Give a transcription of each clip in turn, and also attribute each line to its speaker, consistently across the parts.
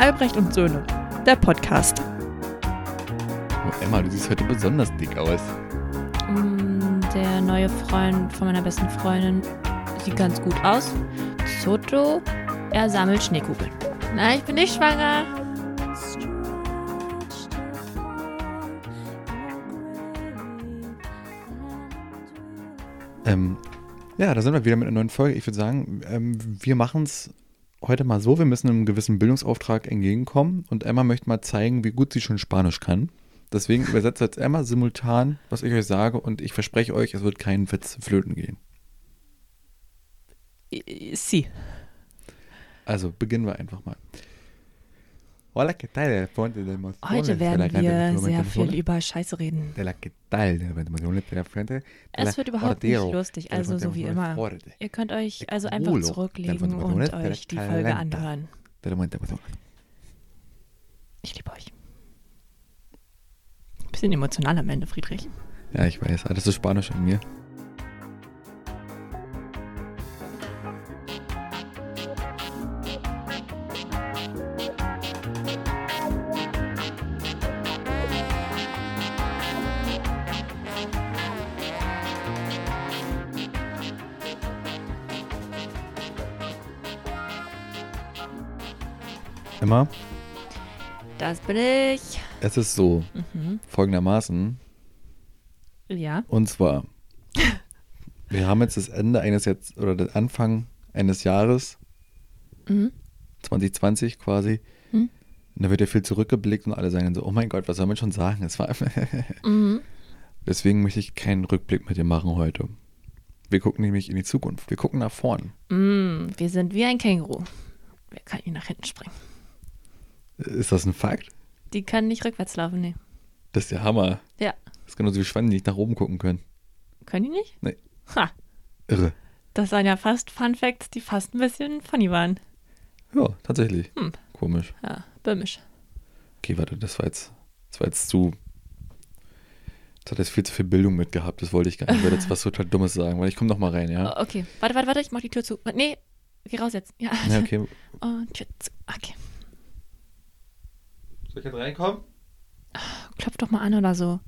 Speaker 1: Albrecht und Söhne, der Podcast.
Speaker 2: Oh, Emma, du siehst heute besonders dick aus.
Speaker 3: Mm, Der neue Freund von meiner besten Freundin sieht ganz gut aus. Soto, er sammelt Schneekugeln. Nein, ich bin nicht schwanger.
Speaker 2: Ähm, ja, da sind wir wieder mit einer neuen Folge. Ich würde sagen, ähm, wir machen es heute mal so. Wir müssen einem gewissen Bildungsauftrag entgegenkommen und Emma möchte mal zeigen, wie gut sie schon Spanisch kann. Deswegen übersetzt jetzt Emma simultan, was ich euch sage und ich verspreche euch, es wird keinen Witz flöten gehen.
Speaker 1: Sie.
Speaker 2: Also beginnen wir einfach mal. Hola, ¿qué tal? Freunde del Mozart.
Speaker 1: Heute werden wir sehr viel über Scheiße reden.
Speaker 2: De la que tal, de la de la frente, de la
Speaker 3: Es wird überhaupt nicht
Speaker 2: Ordeo,
Speaker 3: lustig,
Speaker 2: de la
Speaker 3: also so wie immer.
Speaker 2: Fuerte.
Speaker 3: Ihr könnt euch also einfach
Speaker 2: Culo.
Speaker 3: zurücklegen
Speaker 2: Dann-
Speaker 3: und euch die Folge anhören.
Speaker 2: De la Monte-
Speaker 3: Ich liebe euch.
Speaker 1: Bisschen emotional am Ende, Friedrich.
Speaker 2: Ja, ich weiß, aber das ist Spanisch in mir. Emma,
Speaker 3: Das bin ich.
Speaker 2: es ist so, folgendermaßen,
Speaker 3: Ja.
Speaker 2: und zwar, wir haben jetzt das Ende eines jetzt oder den Anfang eines Jahres,
Speaker 3: Mhm.
Speaker 2: 2020 quasi.
Speaker 3: Hm.
Speaker 2: Und da wird ja viel zurückgeblickt und alle sagen dann so, oh mein Gott, was soll man schon sagen? Es war
Speaker 3: Mhm.
Speaker 2: Deswegen möchte ich keinen Rückblick mit dir machen heute. Wir gucken nämlich in die Zukunft. Wir gucken nach vorn.
Speaker 3: Mm, wir sind wie ein Känguru. Wer kann ihn nach hinten springen?
Speaker 2: Ist das ein Fakt?
Speaker 3: Die kann nicht rückwärts laufen, nee.
Speaker 2: Das ist der Hammer.
Speaker 3: Ja.
Speaker 2: Das ist genauso wie Schweine, die nicht nach oben gucken können.
Speaker 3: Können die nicht?
Speaker 2: Nee.
Speaker 3: Ha,
Speaker 2: Irre.
Speaker 3: das waren ja fast Fun Facts, die fast ein bisschen funny waren.
Speaker 2: Ja, tatsächlich.
Speaker 3: Hm.
Speaker 2: Komisch.
Speaker 3: Ja, böhmisch.
Speaker 2: Okay, warte, das war jetzt, das war jetzt zu. Das hat jetzt viel zu viel Bildung mitgehabt. Das wollte ich gar nicht. Ich werde jetzt was total Dummes sagen, weil ich komme nochmal rein, ja?
Speaker 3: Oh, Okay, warte, warte, warte, ich mach die Tür zu. Nee, geh raus jetzt. Ja,
Speaker 2: Ja, okay.
Speaker 3: und Tür zu. Okay,
Speaker 2: Soll ich jetzt reinkommen?
Speaker 3: klopf doch mal an oder so.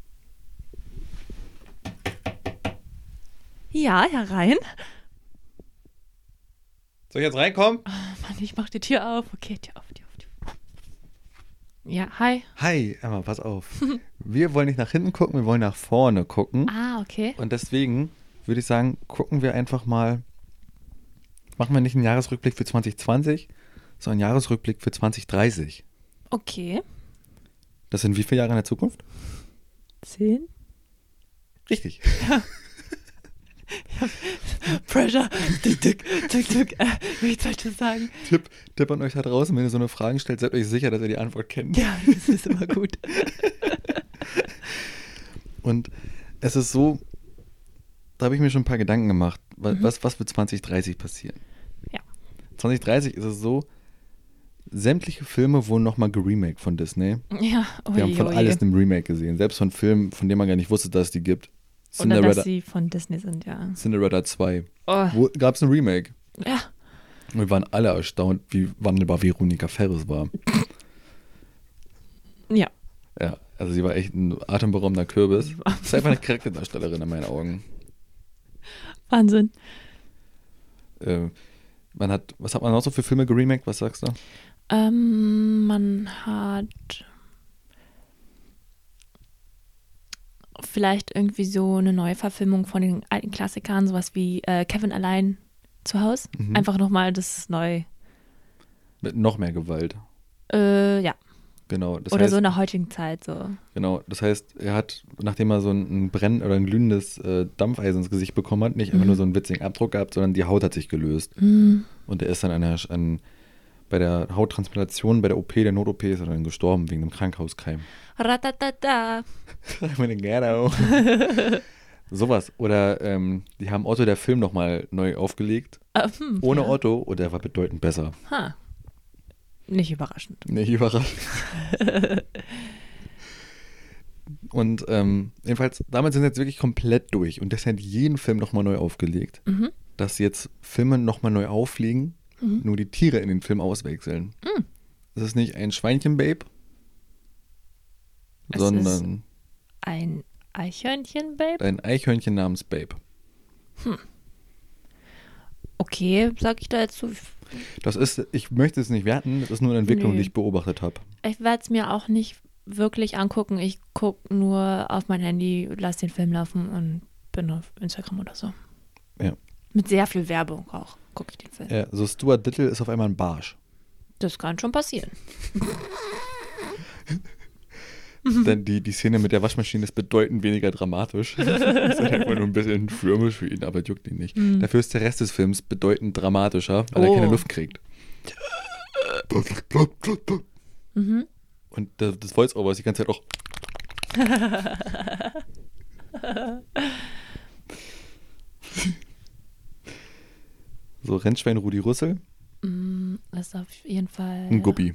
Speaker 3: Ja, herein.
Speaker 2: Soll ich jetzt reinkommen?
Speaker 3: Mann, ich mach die Tür auf. Okay, Tür auf, Tür auf, Tür auf. Ja, hi.
Speaker 2: Hi, Emma, pass auf. wir wollen nicht nach hinten gucken, wir wollen nach vorne gucken.
Speaker 3: Ah, okay.
Speaker 2: Und deswegen würde ich sagen, gucken wir einfach mal. Machen wir nicht einen Jahresrückblick für 2020, sondern einen Jahresrückblick für 2030.
Speaker 3: Okay.
Speaker 2: Das sind wie viele Jahre in der Zukunft?
Speaker 3: Zehn.
Speaker 2: Richtig.
Speaker 1: Pressure. Tick, tick, tick, tick. Äh, nichts Falsches sagen.
Speaker 2: Tipp, Tipp an euch da draußen, wenn ihr so eine Frage stellt, seid euch sicher, dass ihr die Antwort kennt.
Speaker 1: Ja, das ist immer gut.
Speaker 2: Und es ist so, da habe ich mir schon ein paar Gedanken gemacht, wa- was, was wird 2030 passieren?
Speaker 3: Mhm. Ja.
Speaker 2: 2030 ist es so, sämtliche Filme wurden nochmal geremaked von Disney.
Speaker 3: Ja, oh
Speaker 2: Wir haben von alles einem Remake gesehen, selbst von Filmen, von denen man gar nicht wusste, dass es die gibt.
Speaker 3: Oder dass
Speaker 2: Cinderella,
Speaker 3: sie von Disney sind, ja.
Speaker 2: Cinderella 2.
Speaker 3: Oh,
Speaker 2: Wo gab es ein Remake?
Speaker 3: ja.
Speaker 2: Und wir waren alle erstaunt, wie wandelbar Veronika Ferris war.
Speaker 3: Ja.
Speaker 2: Ja, also sie war echt ein atemberaubender Kürbis. Das ist einfach eine Charakterdarstellerin in meinen Augen.
Speaker 3: Wahnsinn.
Speaker 2: Ähm, man hat, was hat man noch so für Filme geremaked? Was sagst du?
Speaker 3: Ähm, man hat vielleicht irgendwie so eine Neuverfilmung von den alten Klassikern, sowas wie äh, Kevin allein zu Hause.
Speaker 2: Mhm.
Speaker 3: Einfach nochmal das neu.
Speaker 2: Mit noch mehr Gewalt.
Speaker 3: Äh, ja.
Speaker 2: Genau. Das
Speaker 3: Oder
Speaker 2: heißt,
Speaker 3: so in der heutigen Zeit so.
Speaker 2: Genau, das heißt, er hat, nachdem er so ein, ein brennend oder ein glühendes äh, Dampfeisen ins Gesicht bekommen hat, nicht einfach
Speaker 3: Mhm.
Speaker 2: nur so einen witzigen Abdruck gehabt, sondern die Haut hat sich gelöst. Und er ist dann an der, an, bei der Hauttransplantation, bei der OP, der Not-OP, ist er dann gestorben wegen einem Krankhauskeim.
Speaker 3: Ratatata.
Speaker 2: Meine Gero. Sowas. Oder ähm, die haben Otto der Film nochmal neu aufgelegt.
Speaker 3: Äh, hm.
Speaker 2: Ohne Otto und er war bedeutend besser.
Speaker 3: Ha. Nicht überraschend.
Speaker 2: Nicht überrascht. und ähm, jedenfalls, damit sind sie jetzt wirklich komplett durch. Und deshalb jeden Film nochmal neu aufgelegt. Dass jetzt Filme nochmal neu auflegen, nur die Tiere in den Film auswechseln. Es ist nicht ein Schweinchen, Babe,
Speaker 3: Es
Speaker 2: sondern
Speaker 3: Ein Eichhörnchen, Babe?
Speaker 2: ein Eichhörnchen namens Babe.
Speaker 3: Okay, sag ich da jetzt so.
Speaker 2: Das ist, ich möchte es nicht werten, das ist nur eine Entwicklung,
Speaker 3: Nö.
Speaker 2: die ich beobachtet habe.
Speaker 3: Ich werde es mir auch nicht wirklich angucken. Ich gucke nur auf mein Handy, lass den Film laufen und bin auf Instagram oder so.
Speaker 2: Ja.
Speaker 3: Mit sehr viel Werbung auch gucke ich den Film.
Speaker 2: Ja, so Stuart Little ist auf einmal ein Barsch.
Speaker 3: Das kann schon passieren.
Speaker 2: Denn die, die Szene mit der Waschmaschine ist bedeutend weniger dramatisch. das ist halt einfach nur ein bisschen stürmisch für ihn, aber juckt ihn nicht. Dafür ist der Rest des Films bedeutend dramatischer, weil er
Speaker 3: Oh.
Speaker 2: keine Luft kriegt. Und das, das Voice-Over ist die ganze Zeit auch. so, Rennschwein Rudi Rüssel,
Speaker 3: Das Mm, ist auf jeden Fall.
Speaker 2: ein Guppi.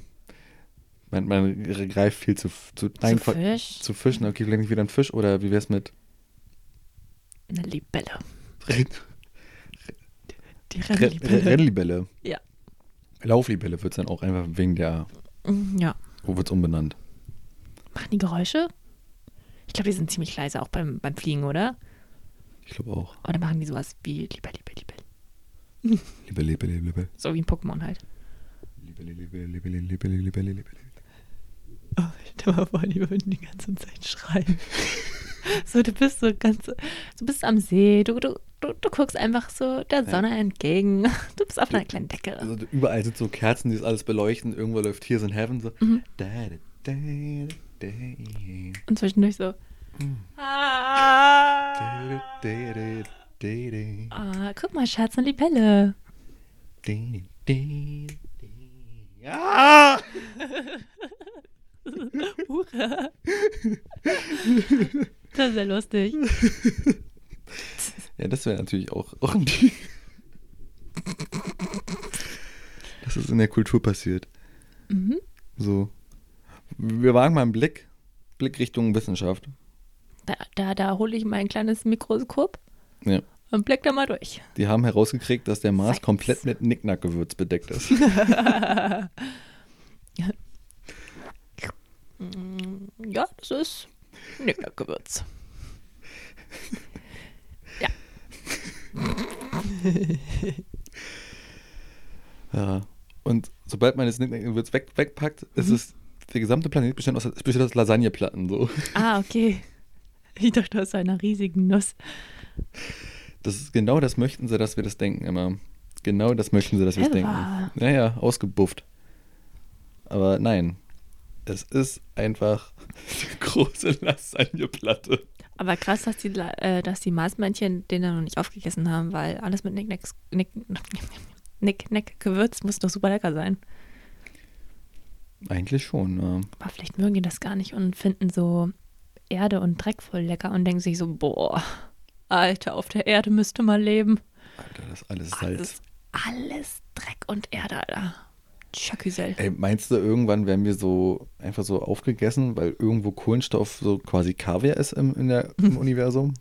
Speaker 2: Man, man greift viel zu, zu, nein,
Speaker 3: Zu Fisch.
Speaker 2: zu Fischen. Okay, vielleicht nicht wieder ein Fisch oder wie wär's mit
Speaker 3: Eine Libelle.
Speaker 2: Renn-
Speaker 1: Die
Speaker 2: Renn- Rennlibelle?
Speaker 3: Ja.
Speaker 2: Lauflibelle wird es dann auch einfach wegen der,
Speaker 3: Ja.
Speaker 2: wo wird es umbenannt?
Speaker 3: Machen die Geräusche? Ich glaube, die sind ziemlich leise, auch beim, beim Fliegen, oder?
Speaker 2: Ich glaube auch.
Speaker 3: Oder machen die sowas wie Libelle, Libelle, Libelle?
Speaker 2: Libelle, Libelle, Libelle.
Speaker 3: So wie ein Pokémon halt.
Speaker 2: Libelle, Libelle, Libelle, Libelle, Libelle, Libelle.
Speaker 1: Oh, stell dir mal vor, die würden die ganze Zeit schreien.
Speaker 3: So, du bist so ganz, du bist am See, du, du, du, du guckst einfach so der Sonne entgegen. Du bist auf einer kleinen Decke.
Speaker 2: Also überall sind so Kerzen, die das alles beleuchten. Irgendwo läuft Tears in Heaven so. Da, da, da, da,
Speaker 3: Und zwischendurch so. Hm.
Speaker 2: da,
Speaker 3: Ah,
Speaker 2: da, da, da, da.
Speaker 3: Ah, guck mal, Schatz, eine Libelle.
Speaker 2: Din, din, din. Ah!
Speaker 3: Hurra. Das ist ja lustig.
Speaker 2: Ja, das wäre natürlich auch, auch ein Ding. Das ist in der Kultur passiert. So. Wir wagen mal einen Blick, Blick Richtung Wissenschaft.
Speaker 3: Da, da, da hole ich mein kleines Mikroskop
Speaker 2: Ja.
Speaker 3: und blick da mal durch.
Speaker 2: Die haben herausgekriegt, dass der Mars
Speaker 3: Science.
Speaker 2: komplett mit Nicknack-Gewürz bedeckt ist.
Speaker 3: Mm, Ja, das ist Nicknackgewürz. Ja.
Speaker 2: Ja. Und sobald man das Nicknack-Gewürz weg, wegpackt, ist es der gesamte Planet besteht aus, es besteht aus Lasagneplatten. So.
Speaker 3: Ah, okay. Ich dachte aus einer riesigen Nuss.
Speaker 2: Das ist, genau das möchten sie, dass wir das denken immer. Genau das möchten sie, dass wir es denken.
Speaker 3: Clever.
Speaker 2: Ja, ja, ausgebufft. Aber nein, es ist einfach eine große Lasagneplatte.
Speaker 3: Aber krass, dass die, La- äh, dass die Marsmännchen den dann noch nicht aufgegessen haben, weil alles mit Nicknacks, Nick, Nicknack-Gewürz muss doch super lecker sein.
Speaker 2: Eigentlich schon, ja.
Speaker 3: Aber vielleicht mögen die das gar nicht und finden so Erde und Dreck voll lecker und denken sich so, boah, Alter, auf der Erde müsste man leben.
Speaker 2: Alter, das ist alles Salz.
Speaker 3: Alles, alles Dreck und Erde, Alter. Schöcküsel.
Speaker 2: Ey, meinst du, irgendwann werden wir so einfach so aufgegessen, weil irgendwo Kohlenstoff so quasi Kaviar ist im, in der, im Universum?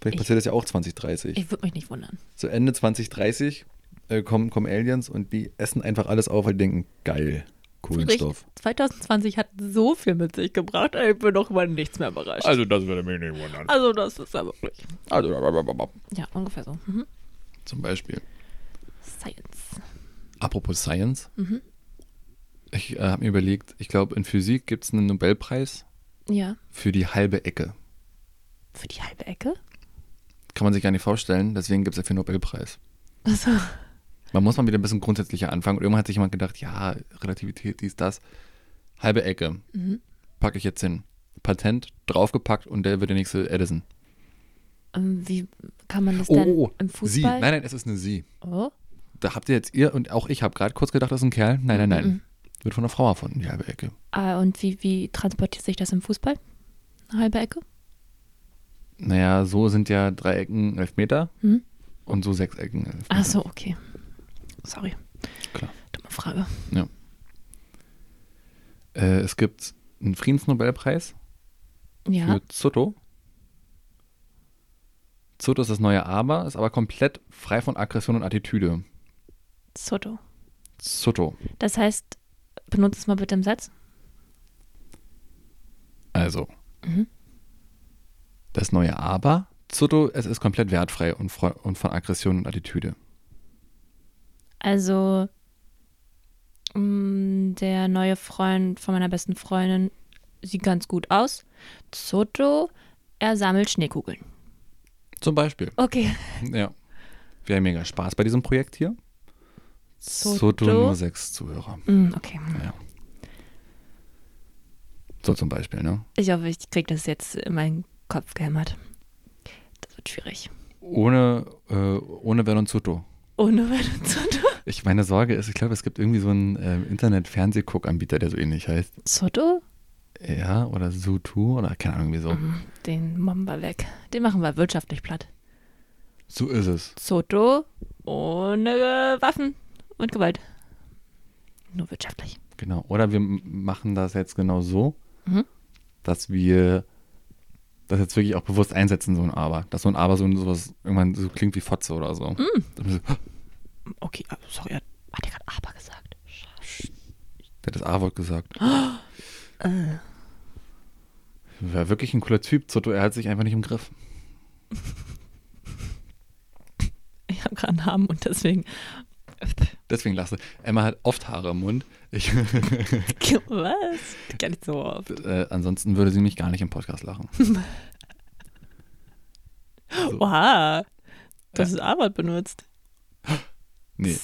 Speaker 2: Vielleicht
Speaker 3: Mhm. Ich-
Speaker 2: passiert das ja auch 2030.
Speaker 3: Ich würde mich nicht wundern.
Speaker 2: So Ende 2030 äh, kommen, kommen Aliens und die essen einfach alles auf, weil die denken, geil, Kohlenstoff.
Speaker 3: Friedrich, 2020 hat so viel mit sich gebracht, ey, ich bin doch über nichts mehr überrascht. Also,
Speaker 4: das würde mich nicht wundern.
Speaker 3: das ist ja wirklich.
Speaker 2: Also, blablabla.
Speaker 3: Ja, ungefähr so. Mhm.
Speaker 2: zum Beispiel.
Speaker 3: Science.
Speaker 2: Apropos Science.
Speaker 3: Mhm.
Speaker 2: Ich äh, habe mir überlegt, ich glaube, in Physik gibt es einen Nobelpreis
Speaker 3: Ja,
Speaker 2: für die halbe Ecke.
Speaker 3: für die halbe Ecke.
Speaker 2: Kann man sich gar nicht vorstellen, deswegen gibt es dafür einen Nobelpreis.
Speaker 3: Also,
Speaker 2: Man muss mal wieder ein bisschen grundsätzlicher anfangen. Und irgendwann hat sich jemand gedacht, ja, Relativität, dies, das. Halbe Ecke.
Speaker 3: Mhm.
Speaker 2: Packe ich jetzt hin. Patent draufgepackt und der wird der nächste Edison.
Speaker 3: ähm, wie kann man das denn
Speaker 4: Oh,
Speaker 3: im Fußball?
Speaker 2: Oh, sie. Nein, nein, es ist eine sie.
Speaker 3: Oh,
Speaker 2: Da habt ihr jetzt ihr und auch ich habe gerade kurz gedacht, das ist ein Kerl. Nein, nein, nein.
Speaker 3: Mhm.
Speaker 2: Wird von einer Frau erfunden, die halbe Ecke.
Speaker 3: ah, und wie, wie transportiert sich das im Fußball? Eine halbe Ecke?
Speaker 2: Naja, so sind ja Dreiecken elf Meter
Speaker 3: Mhm.
Speaker 2: und so Sechsecken elf Meter.
Speaker 3: Ach so, okay. Sorry.
Speaker 2: Klar.
Speaker 3: Dumme Frage.
Speaker 2: Äh, es gibt einen Friedensnobelpreis
Speaker 3: Ja,
Speaker 2: für Zotto. Zotto ist das neue Aber, ist aber komplett frei von Aggression und Attitüde.
Speaker 3: Soto.
Speaker 2: Zotto.
Speaker 3: Das heißt, Benutzt es mal bitte im Satz.
Speaker 2: Also,
Speaker 3: Mhm.
Speaker 2: das neue Aber. Zotto, es ist komplett wertfrei und, fro- und von Aggression und Attitüde.
Speaker 3: Also mm, der neue Freund von meiner besten Freundin sieht ganz gut aus. Zoto, er sammelt Schneekugeln.
Speaker 2: Zum Beispiel.
Speaker 3: Okay.
Speaker 2: Ja. Wir haben mega Spaß bei diesem Projekt hier.
Speaker 3: Zotto?
Speaker 2: Zotto nur sechs Zuhörer.
Speaker 3: Mm, okay.
Speaker 2: So zum Beispiel, ne?
Speaker 3: Ich hoffe, ich kriege das jetzt in meinen Kopf gehämmert. Das wird schwierig.
Speaker 2: Ohne, äh, ohne Vernon Zotto.
Speaker 3: Ohne Wörter und Zoto.
Speaker 2: Ich meine Sorge ist, ich glaube, es gibt irgendwie so einen äh, Internet-Fernsehguckanbieter, der so ähnlich heißt.
Speaker 3: Zoto?
Speaker 2: Ja, oder Zutu oder keine Ahnung,
Speaker 3: Mhm.
Speaker 2: wieso.
Speaker 3: Den machen wir weg. Den machen wir wirtschaftlich platt.
Speaker 2: So ist es.
Speaker 3: Zoto ohne Waffen und Gewalt. Nur wirtschaftlich.
Speaker 2: Genau. Oder wir m- machen das jetzt genau so,
Speaker 3: Mhm.
Speaker 2: dass wir das jetzt wirklich auch bewusst einsetzen, so ein Aber. Dass so ein Aber so ein, sowas irgendwann so klingt wie Fotze oder so. Dass man so,
Speaker 1: Okay, ah, sorry, ja,
Speaker 3: Hat er gerade aber gesagt?
Speaker 2: Der hat das A-Wort gesagt.
Speaker 1: Ah.
Speaker 2: War wirklich ein cooler Typ, Zotto. Er hat sich einfach nicht im Griff.
Speaker 3: Ich habe gerade einen Namen und deswegen.
Speaker 2: Deswegen lasse. Emma hat oft Haare im Mund. Ich,
Speaker 3: Was? Gar nicht so oft.
Speaker 2: äh, ansonsten würde sie mich gar nicht im Podcast lachen.
Speaker 3: Oha. Du hast das Arbeit benutzt.
Speaker 2: Nee.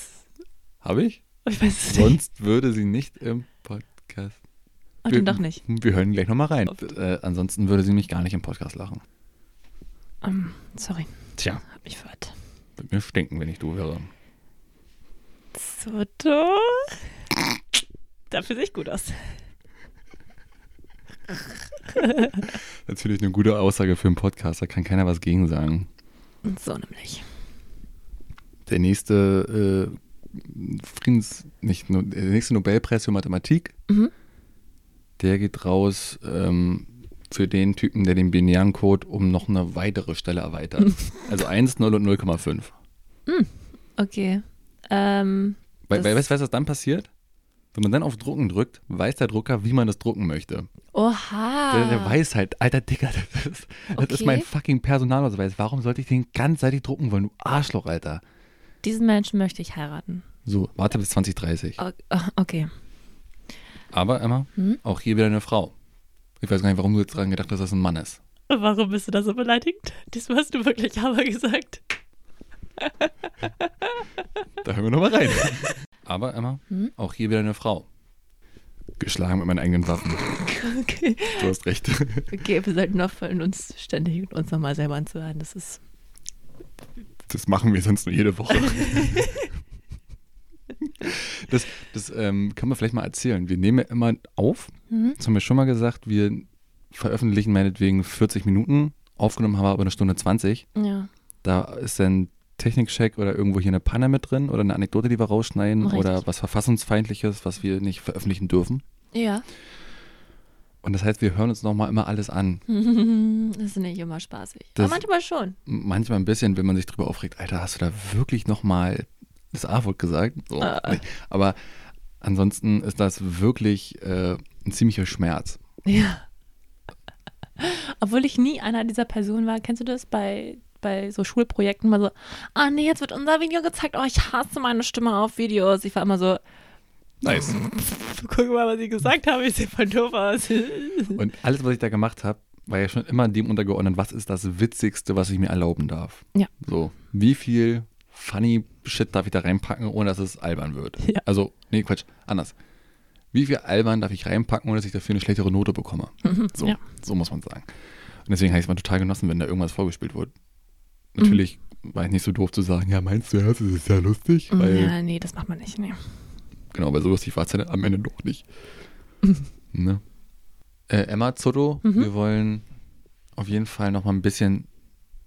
Speaker 2: Habe ich?
Speaker 3: Ich weiß es nicht.
Speaker 2: Sonst würde sie nicht im Podcast.
Speaker 3: Und dann doch nicht.
Speaker 2: Wir hören gleich nochmal rein. Äh, ansonsten würde sie mich gar nicht im Podcast lachen.
Speaker 3: Ähm, sorry,
Speaker 2: Tja,
Speaker 3: hab mich verhört.
Speaker 2: würde mir stinken, wenn ich du wäre.
Speaker 3: Soto. Dafür sehe ich gut aus.
Speaker 2: Natürlich eine gute Aussage für einen Podcast, da kann keiner was gegen sagen.
Speaker 3: So nämlich.
Speaker 2: Der nächste äh, Friedens, nicht, nur- der nächste Nobelpreis für Mathematik,
Speaker 3: Mhm.
Speaker 2: der geht raus ähm, für den Typen, der den binären Code um noch eine weitere Stelle erweitert. Also 1, 0 und 0,5.
Speaker 3: Okay. Ähm,
Speaker 2: Weil,
Speaker 3: Das-
Speaker 2: weil weißt du, weißt du, was dann passiert? Wenn man dann auf Drucken drückt, weiß der Drucker, wie man das drucken möchte.
Speaker 3: oha.
Speaker 2: Der, der weiß halt, alter Dicker, das ist, das ist
Speaker 3: Ah. Okay.
Speaker 2: mein fucking Personalausweis. Warum sollte ich den ganzzeitig drucken wollen, du Arschloch, Alter?
Speaker 3: Diesen Menschen möchte ich heiraten.
Speaker 2: So, warte bis 2030.
Speaker 3: O- ah, Okay.
Speaker 2: Aber Emma,
Speaker 3: Hm?
Speaker 2: auch hier wieder eine Frau. Ich weiß gar nicht, warum du jetzt dran gedacht hast, dass das ein Mann ist.
Speaker 1: warum bist du da so beleidigt? Diesmal hast du wirklich aber gesagt.
Speaker 2: Da hören wir nochmal rein. Aber Emma,
Speaker 3: Hm?
Speaker 2: auch hier wieder eine Frau. Geschlagen mit meinen eigenen Waffen.
Speaker 3: Okay.
Speaker 2: Du hast recht.
Speaker 3: Okay, wir sollten aufhören, uns ständig und uns nochmal selber anzuhören. Das ist.
Speaker 2: Das machen wir sonst nur jede Woche. Das, das ähm, kann man vielleicht mal erzählen. Wir nehmen ja immer auf.
Speaker 1: Hm?
Speaker 3: Mhm.
Speaker 2: Das haben wir schon mal gesagt. Wir veröffentlichen meinetwegen 40 Minuten. Aufgenommen haben wir aber eine Stunde 20.
Speaker 3: Ja.
Speaker 2: Da ist dann Technikcheck oder irgendwo hier eine Panne mit drin oder eine Anekdote, die wir rausschneiden
Speaker 3: Richtig.
Speaker 2: oder was Verfassungsfeindliches, was wir nicht veröffentlichen dürfen.
Speaker 3: Ja.
Speaker 2: Und das heißt, wir hören uns nochmal immer alles an.
Speaker 3: Das ist nicht immer spaßig.
Speaker 2: Das-
Speaker 3: Aber manchmal schon.
Speaker 2: manchmal ein bisschen, wenn man sich drüber aufregt, Alter, hast du da wirklich nochmal das A-Wort gesagt? So, nee. Aber ansonsten ist das wirklich äh, ein ziemlicher Schmerz.
Speaker 3: Ja. Obwohl ich nie einer dieser Personen war. Kennst du das bei, bei so Schulprojekten? Mal so, ah nee, jetzt wird unser Video gezeigt. Oh, ich hasse meine Stimme auf Videos. Ich war immer so,
Speaker 2: Nice.
Speaker 1: Guck mal, was ich gesagt habe, ich sehe voll doof aus.
Speaker 2: Und alles, was ich da gemacht habe, war ja schon immer dem untergeordnet, was ist das Witzigste, was ich mir erlauben darf.
Speaker 3: Ja.
Speaker 2: So, wie viel funny Shit darf ich da reinpacken, ohne dass es albern wird?
Speaker 3: Ja.
Speaker 2: Also, nee, Quatsch, anders. Wie viel albern darf ich reinpacken, ohne dass ich dafür eine schlechtere Note bekomme? So,
Speaker 3: Mhm, ja.
Speaker 2: so muss man sagen. Und deswegen habe ich es mal total genossen, wenn da irgendwas vorgespielt wurde.
Speaker 3: Mhm.
Speaker 2: Natürlich war ich nicht so doof zu sagen, ja, meinst du, ja, das ist ja lustig? Weil,
Speaker 3: Mm, Mhm. ja, nee, das macht man nicht. Nee.
Speaker 2: genau, weil so lustig war es ja am Ende doch nicht. ne? äh, Emma Zotto,
Speaker 3: Mhm.
Speaker 2: wir wollen auf jeden Fall noch mal ein bisschen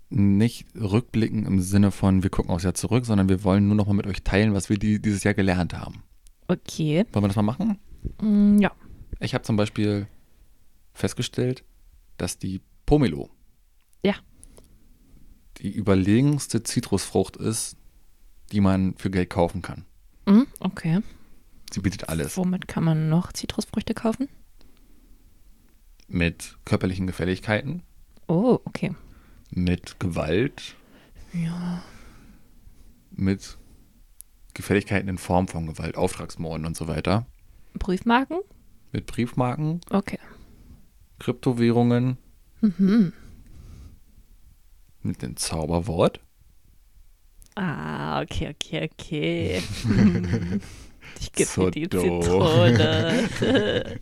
Speaker 2: nicht rückblicken im Sinne von, wir gucken aufs Jahr zurück, sondern wir wollen nur noch mal mit euch teilen, was wir die, dieses Jahr gelernt haben.
Speaker 3: Okay.
Speaker 2: Wollen wir das mal machen?
Speaker 3: Mm, ja.
Speaker 2: Ich habe zum Beispiel festgestellt, dass die Pomelo
Speaker 3: Ja.
Speaker 2: die überlegenste Zitrusfrucht ist, die man für Geld kaufen kann.
Speaker 3: Mm, okay.
Speaker 2: Sie bietet alles.
Speaker 3: Womit kann man noch Zitrusfrüchte kaufen?
Speaker 2: Mit körperlichen Gefälligkeiten,
Speaker 3: Oh, okay.
Speaker 2: mit Gewalt,
Speaker 3: Ja.
Speaker 2: mit Gefälligkeiten in Form von Gewalt, Auftragsmorden und so weiter,
Speaker 3: Briefmarken?
Speaker 2: mit Briefmarken,
Speaker 3: Okay.
Speaker 2: Kryptowährungen, mit dem Zauberwort.
Speaker 3: Ah, okay, okay, okay. ich gebe
Speaker 2: So
Speaker 3: dir die
Speaker 2: doof.
Speaker 3: Zitrone.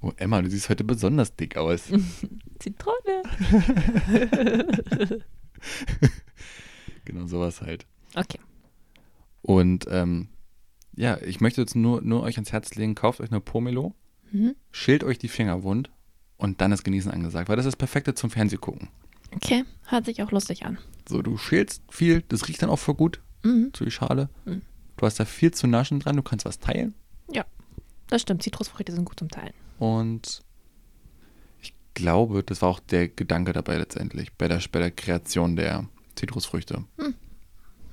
Speaker 2: Oh, Emma, du siehst heute besonders dick aus.
Speaker 3: Zitrone.
Speaker 2: genau sowas halt.
Speaker 3: Okay.
Speaker 2: Und ähm, ja, ich möchte jetzt nur, nur euch ans Herz legen, kauft euch eine Pomelo,
Speaker 3: Mhm.
Speaker 2: schält euch die Finger wund und dann ist Genießen angesagt, weil das ist das Perfekte zum Fernsehgucken.
Speaker 3: Okay, hört sich auch lustig an.
Speaker 2: So, du schälst viel, das riecht dann auch voll gut,
Speaker 3: Mhm.
Speaker 2: so die Schale.
Speaker 3: Mhm.
Speaker 2: Du hast da viel zu naschen dran, du kannst was teilen
Speaker 3: Das stimmt, Zitrusfrüchte sind gut zum Teilen.
Speaker 2: und ich glaube, das war auch der Gedanke dabei letztendlich, bei der, bei der Kreation der Zitrusfrüchte.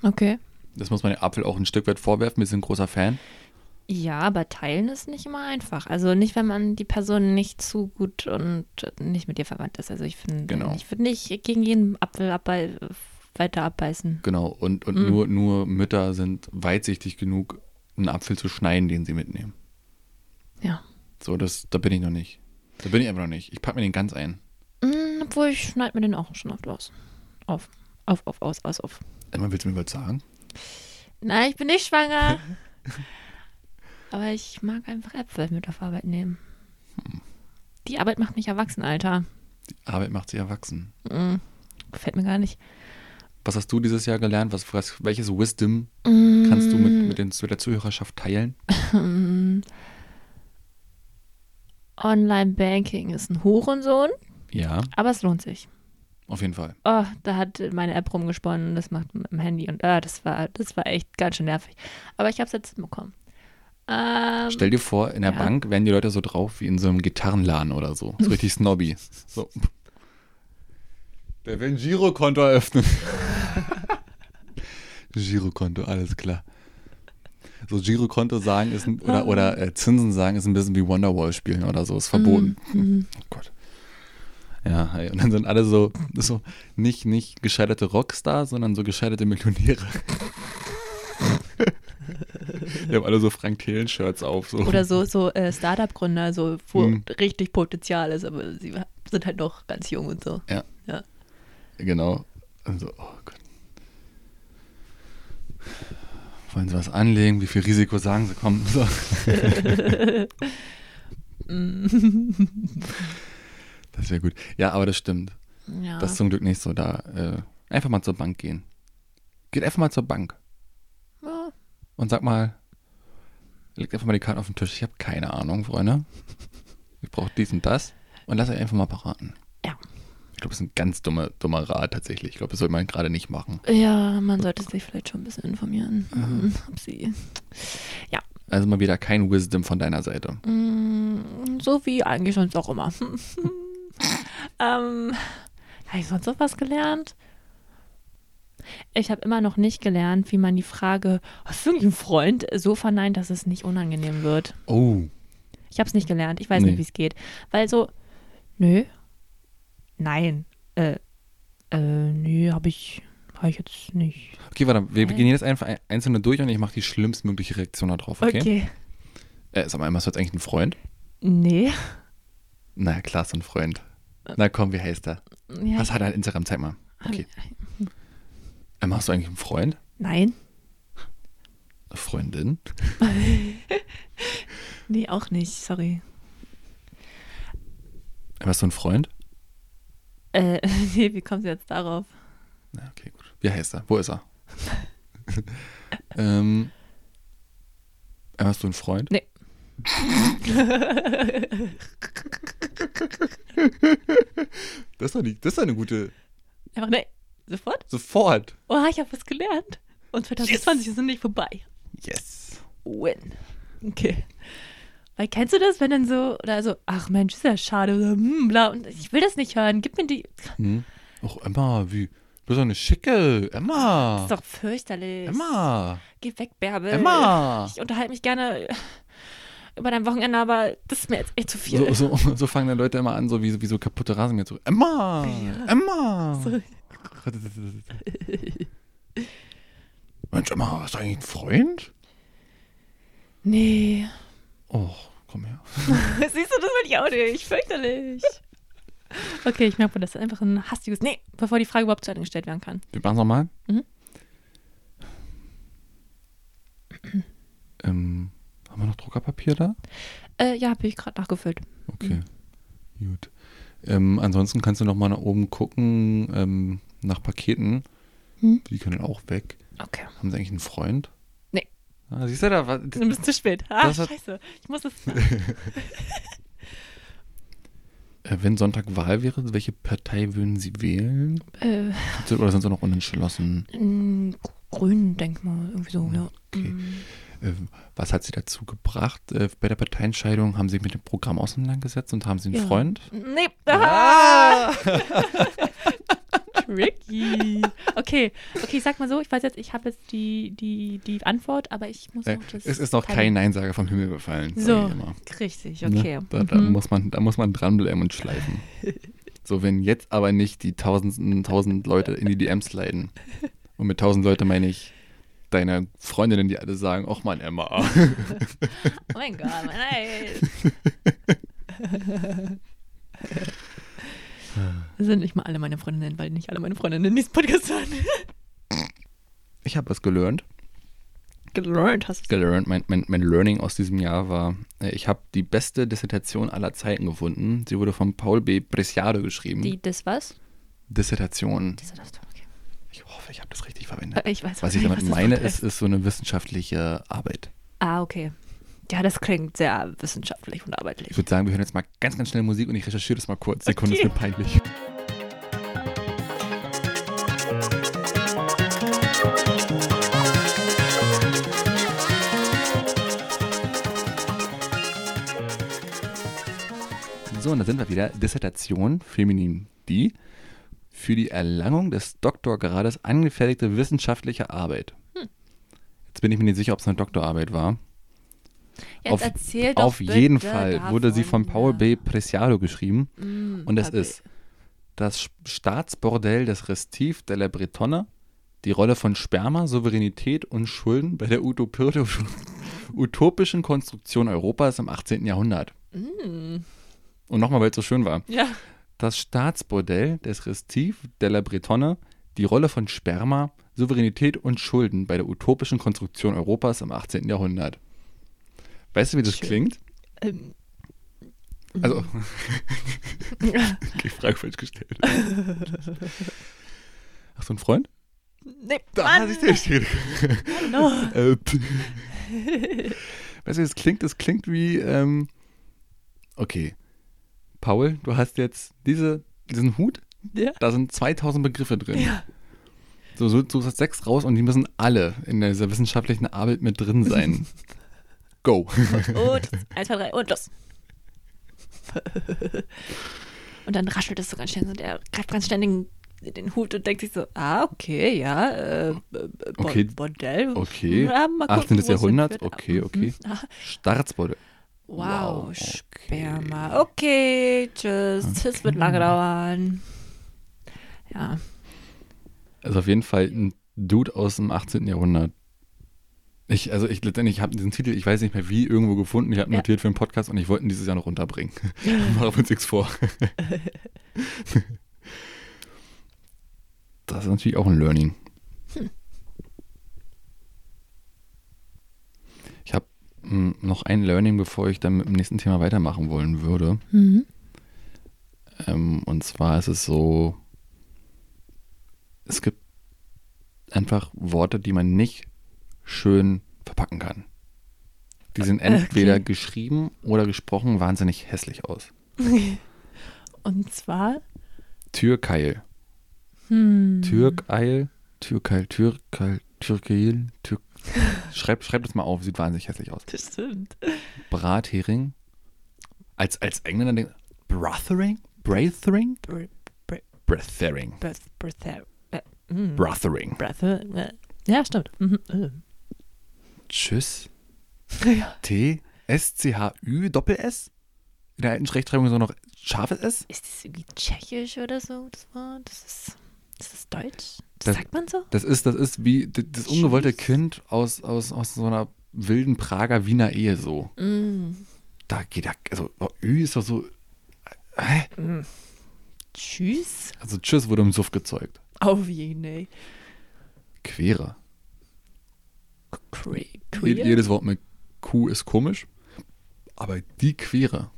Speaker 3: Okay.
Speaker 2: Das muss man dem Apfel auch ein Stück weit vorwerfen, wir sind ein großer Fan.
Speaker 3: Ja, aber teilen ist nicht immer einfach. Also nicht, wenn man die Person nicht zu gut und nicht mit ihr verwandt ist. Also ich finde,
Speaker 2: Genau.
Speaker 3: ich würde nicht gegen jeden Apfel abbei weiter abbeißen.
Speaker 2: Genau, und, und nur, nur Mütter sind weitsichtig genug, einen Apfel zu schneiden, den sie mitnehmen.
Speaker 3: Ja.
Speaker 2: So, das, da bin ich noch nicht. Da bin ich einfach noch nicht. Ich packe mir den ganz ein.
Speaker 3: Mm, obwohl, ich schneide mir den auch schon oft aus. Auf. Auf, auf, aus, aus, auf.
Speaker 2: Emma, willst du mir was sagen?
Speaker 3: Nein, ich bin nicht schwanger. aber ich mag einfach Äpfel mit auf Arbeit nehmen. Die Arbeit macht mich erwachsen, Alter.
Speaker 2: Die Arbeit macht sie erwachsen.
Speaker 3: Mm, gefällt mir gar nicht.
Speaker 2: Was hast du dieses Jahr gelernt? Was, was, welches Wisdom kannst du mit, mit, den, mit der Zuhörerschaft teilen?
Speaker 3: Online-Banking ist ein Hurensohn,
Speaker 2: Ja,
Speaker 3: aber es lohnt sich.
Speaker 2: auf jeden Fall.
Speaker 3: Oh, da hat meine App rumgesponnen und das macht mit dem Handy und ah, das war das war echt ganz schön nervig. Aber ich habe es jetzt hinbekommen. Ähm,
Speaker 2: Stell dir vor, in der
Speaker 3: ja.
Speaker 2: Bank wären die Leute so drauf wie in so einem Gitarrenladen oder so. So richtig snobby. So. Der will ein Girokonto eröffnen. Girokonto, alles klar. So Girokonto sagen ist ein, oder, oder äh, Zinsen sagen ist ein bisschen wie Wonderwall spielen oder so. Ist verboten.
Speaker 3: Mhm.
Speaker 2: Oh Gott. Ja, hey. und dann sind alle so, so nicht, nicht gescheiterte Rockstars, sondern so gescheiterte Millionäre. Die haben alle so Frank Thelen-Shirts auf. So.
Speaker 3: oder so so äh, Startup-Gründer, so wo
Speaker 2: Mhm.
Speaker 3: richtig Potenzial ist, aber sie sind halt noch ganz jung und so.
Speaker 2: Ja.
Speaker 3: Ja.
Speaker 2: Genau. Also, oh Gott. Wollen Sie was anlegen? Wie viel Risiko sagen Sie? Komm. So. das wäre gut. Ja, aber das stimmt.
Speaker 3: Ja.
Speaker 2: Das ist zum Glück nicht so. Da äh, einfach mal zur Bank gehen. Geht einfach mal zur Bank
Speaker 3: ja.
Speaker 2: und sag mal, legt einfach mal die Karten auf den Tisch. Ich habe keine Ahnung, Freunde. Ich brauche dies und das. Und lasst euch einfach mal beraten.
Speaker 3: Ja.
Speaker 2: Ich glaube, das ist ein ganz dummer, dummer Rat tatsächlich. Ich glaube, das sollte man gerade nicht machen.
Speaker 3: ja, man sollte sich vielleicht schon ein bisschen informieren. Mhm. Ob sie
Speaker 2: Also mal wieder kein Wisdom von deiner Seite.
Speaker 3: Mhm. Mm, So wie eigentlich sonst auch immer. ähm, habe ich sonst noch was gelernt? Ich habe immer noch nicht gelernt, wie man die Frage, hast du eigentlich einen Freund, so verneint, dass es nicht unangenehm wird.
Speaker 2: Oh.
Speaker 3: Ich habe es nicht gelernt. Ich weiß
Speaker 2: Nee.
Speaker 3: nicht, wie es geht. Weil so, nö, nein, äh, äh, nö, habe ich, hab ich jetzt nicht.
Speaker 2: Okay, warte, wir
Speaker 3: Hä?
Speaker 2: gehen jetzt einfach ein- einzelne durch und ich mache die schlimmstmögliche Reaktion darauf, okay? Äh, sag mal, Emma, hast du jetzt eigentlich einen Freund?
Speaker 3: Nee.
Speaker 2: Na klar, so ein Freund. Na komm, wie heißt er?
Speaker 3: Ja,
Speaker 2: Was hat er an Instagram? Zeig mal. Okay. Emma, hast du eigentlich einen Freund?
Speaker 3: nein.
Speaker 2: Eine Freundin?
Speaker 3: Nee, auch nicht. Sorry.
Speaker 2: Emma, hast du einen Freund?
Speaker 3: Äh, nee, wie kommst du jetzt darauf?
Speaker 2: Na, okay, gut. Wie heißt er? Wo ist er? ähm, Emma, hast du einen Freund?
Speaker 3: Nee.
Speaker 2: Das ist doch, nicht, das ist doch eine gute.
Speaker 3: Einfach nee. Sofort?
Speaker 2: Sofort.
Speaker 3: Oh, ich habe was gelernt. Und 2020 ist noch nicht vorbei.
Speaker 2: Yes.
Speaker 3: Win. Okay. Weil kennst du das, wenn dann so, oder so, ach Mensch, ist ja schade, oder hm, bla, und ich will das nicht hören, gib mir die.
Speaker 2: Hm. Auch Emma, wie? Du bist doch eine schicke. Emma.
Speaker 3: Ist doch fürchterlich.
Speaker 2: Emma.
Speaker 3: Geh weg, Bärbel.
Speaker 2: Emma.
Speaker 3: Ich unterhalte mich gerne über dein Wochenende, aber das ist mir jetzt echt zu viel.
Speaker 2: So, so, so fangen dann Leute immer an, so wie, wie so kaputte Rasenmäher zu. Emma. Emma.
Speaker 3: So.
Speaker 2: Mensch, Emma, hast du eigentlich einen Freund?
Speaker 3: Nee.
Speaker 2: Oh, komm her.
Speaker 3: Siehst du, das will ich auch nicht. Fürchterlich. Okay, ich merke, wohl, das ist einfach ein hastiges. Nee, bevor die Frage überhaupt zu Ende gestellt werden kann.
Speaker 2: Wir machen es nochmal.
Speaker 3: Mhm.
Speaker 2: ähm, haben wir noch Druckerpapier da?
Speaker 3: Äh, ja, habe ich gerade nachgefüllt.
Speaker 2: Okay.
Speaker 3: Mhm.
Speaker 2: Gut. Ähm, ansonsten kannst du nochmal nach oben gucken, ähm, nach Paketen.
Speaker 3: Mhm.
Speaker 2: Die können auch weg.
Speaker 3: Okay.
Speaker 2: Haben sie eigentlich einen Freund?
Speaker 3: Nee.
Speaker 2: Ah, siehst du da? wa-
Speaker 3: Du bist zu spät. Ah,
Speaker 2: Das hat-
Speaker 3: scheiße. Ich muss das.
Speaker 2: Äh, wenn Sonntag Wahl wäre, welche Partei würden sie wählen?
Speaker 3: Äh,
Speaker 2: Sind- Oder sind sie noch unentschlossen?
Speaker 3: m, grün, denk mal. Irgendwie so, ja.
Speaker 2: Okay.
Speaker 3: Mm.
Speaker 2: Äh, was hat sie dazu gebracht? Äh, bei der Parteientscheidung haben sie sich mit dem Programm auseinandergesetzt und haben sie einen
Speaker 3: Ja.
Speaker 2: Freund?
Speaker 3: Nee. Ah! Tricky. Okay, okay, ich sag mal so, ich weiß jetzt, ich habe jetzt die, die, die Antwort, aber ich muss
Speaker 2: Äh,
Speaker 3: noch das.
Speaker 2: es ist noch kein Neinsager vom Himmel gefallen. sag
Speaker 3: So.
Speaker 2: ich immer.
Speaker 3: Richtig,
Speaker 2: Ne?
Speaker 3: okay.
Speaker 2: Da, da,
Speaker 3: Mhm.
Speaker 2: muss man, da muss man dranbleiben und schleifen. So, wenn jetzt aber nicht die tausenden, tausend Leute in die DMs leiden. Und mit tausend Leute meine ich deine Freundinnen, die alle sagen, ach man, Emma.
Speaker 3: Oh mein Gott, nein. Das sind nicht mal alle meine Freundinnen, weil nicht alle meine Freundinnen diesen Podcast hören.
Speaker 2: Ich habe was gelernt.
Speaker 3: Gelernt hast du.
Speaker 2: gelernt. Mein, mein, mein Learning aus diesem Jahr war, äh, ich habe die beste Dissertation aller Zeiten gefunden. Sie wurde von Paul B. Preciado geschrieben.
Speaker 3: Die, das was?
Speaker 2: Dissertation.
Speaker 3: Das, das, okay.
Speaker 2: Ich hoffe, ich habe das richtig verwendet.
Speaker 3: Äh, Ich weiß
Speaker 2: Was
Speaker 3: auch
Speaker 2: ich
Speaker 3: nicht,
Speaker 2: damit
Speaker 3: das
Speaker 2: meine,
Speaker 3: bedeutet.
Speaker 2: ist, ist so eine wissenschaftliche Arbeit.
Speaker 3: Ah, okay. Ja, das klingt sehr wissenschaftlich und arbeitlich.
Speaker 2: Ich würde sagen, wir hören jetzt mal ganz, ganz schnell Musik und ich recherchiere das mal kurz. Sekunde
Speaker 3: Okay.
Speaker 2: ist mir peinlich. So, und da sind wir wieder. Dissertation, feminin die, für die Erlangung des Doktorgrades angefertigte wissenschaftliche Arbeit. Jetzt bin ich mir nicht sicher, ob es eine Doktorarbeit war.
Speaker 3: Jetzt
Speaker 2: auf-
Speaker 3: erzähl doch
Speaker 2: Auf jeden
Speaker 3: bitte
Speaker 2: Fall
Speaker 3: davon.
Speaker 2: wurde sie von Paul B. Preciado geschrieben.
Speaker 3: Mm,
Speaker 2: Und es
Speaker 3: Paul B.
Speaker 2: ist das Sch- Staatsbordell des Restif de la Bretonne, die Rolle von Sperma, Souveränität und Schulden bei der Utopie- utopischen Konstruktion Europas im 18. Jahrhundert.
Speaker 3: Mm.
Speaker 2: Und nochmal, weil es so schön war.
Speaker 3: Ja.
Speaker 2: Das Staatsbordell des Restif de la Bretonne, die Rolle von Sperma, Souveränität und Schulden bei der utopischen Konstruktion Europas im 18. Jahrhundert. Weißt du, wie das
Speaker 3: Schön. Mhm.
Speaker 2: klingt?
Speaker 3: Ähm.
Speaker 2: Also, okay, Frage falsch gestellt. Hast du einen Freund?
Speaker 3: Nee,
Speaker 2: Da
Speaker 3: Mann.
Speaker 2: hast du dich Äh, p- Weißt du, wie das klingt, das klingt wie, ähm, okay, Paul, du hast jetzt diese, diesen Hut,
Speaker 3: Ja.
Speaker 2: da sind 2000 Begriffe drin. So, so, du hast sechs raus und die müssen alle in dieser wissenschaftlichen Arbeit mit drin sein. Go.
Speaker 3: Und eins, zwei, drei und los. Und dann raschelt es so ganz schnell und er greift ganz schnell den, den Hut und denkt sich so, ah, okay, ja, äh, äh, Bo-
Speaker 2: Okay.
Speaker 3: Bordell.
Speaker 2: Okay.
Speaker 3: Ja, mal gucken,
Speaker 2: 18.
Speaker 3: wo es
Speaker 2: Jahrhundert.
Speaker 3: hinführt.
Speaker 2: Okay, okay.
Speaker 3: Ah,
Speaker 2: Staatsbeutel.
Speaker 3: Wow,
Speaker 2: Wow, okay.
Speaker 3: Sperma. Okay, tschüss. Tschüss, wird lange dauern. Ja,
Speaker 2: Also auf jeden Fall ein Dude aus dem 18. Jahrhundert. Ich, also ich letztendlich habe diesen Titel, ich weiß nicht mehr wie, irgendwo gefunden. Ich habe
Speaker 3: Ja.
Speaker 2: notiert für einen Podcast und ich wollte ihn dieses Jahr noch runterbringen. Machen wir uns nichts vor. das ist natürlich auch ein Learning. Ich habe mm, noch ein Learning, bevor ich dann mit dem nächsten Thema weitermachen wollen würde. Ähm, und zwar ist es so, es gibt einfach Worte, die man nicht schön verpacken kann. Die sehen entweder
Speaker 3: okay.
Speaker 2: geschrieben oder gesprochen wahnsinnig hässlich aus.
Speaker 3: und zwar,
Speaker 2: Türkeil,
Speaker 3: hm,
Speaker 2: Türkeil, Türkeil, Türkeil, Türkeil, Türk. Schreib, schreib das mal auf, sieht wahnsinnig hässlich aus.
Speaker 3: das stimmt.
Speaker 2: Brathering. Als, als Engländer denkt, Brathering? Brathering?
Speaker 3: Br- br-
Speaker 2: Brathering.
Speaker 3: birth- birth- Mm.
Speaker 2: Brothering.
Speaker 3: Breath. äh, Ja, stimmt. Mhm. äh.
Speaker 2: Tschüss.
Speaker 3: Ja.
Speaker 2: T S C H Ü Doppel S. In der alten Rechtschreibung ist auch noch scharfes S.
Speaker 3: Ist das irgendwie tschechisch oder so, das Wort? Das ist, ist das Deutsch? Das,
Speaker 2: Das-
Speaker 3: sagt man so?
Speaker 2: Das ist, das ist wie d- das ungewollte Kind aus, aus, aus so einer wilden Prager Wiener Ehe so.
Speaker 3: Mm.
Speaker 2: Da geht da, also oh, Ü ist doch so. äh, Hä?
Speaker 3: Tschüss.
Speaker 2: Also Tschüss wurde im Suff gezeugt.
Speaker 3: Auf jeden Fall.
Speaker 2: Quere.
Speaker 3: Cre
Speaker 2: Je-
Speaker 3: queer?
Speaker 2: Jedes Wort mit Q ist komisch. Aber die Quere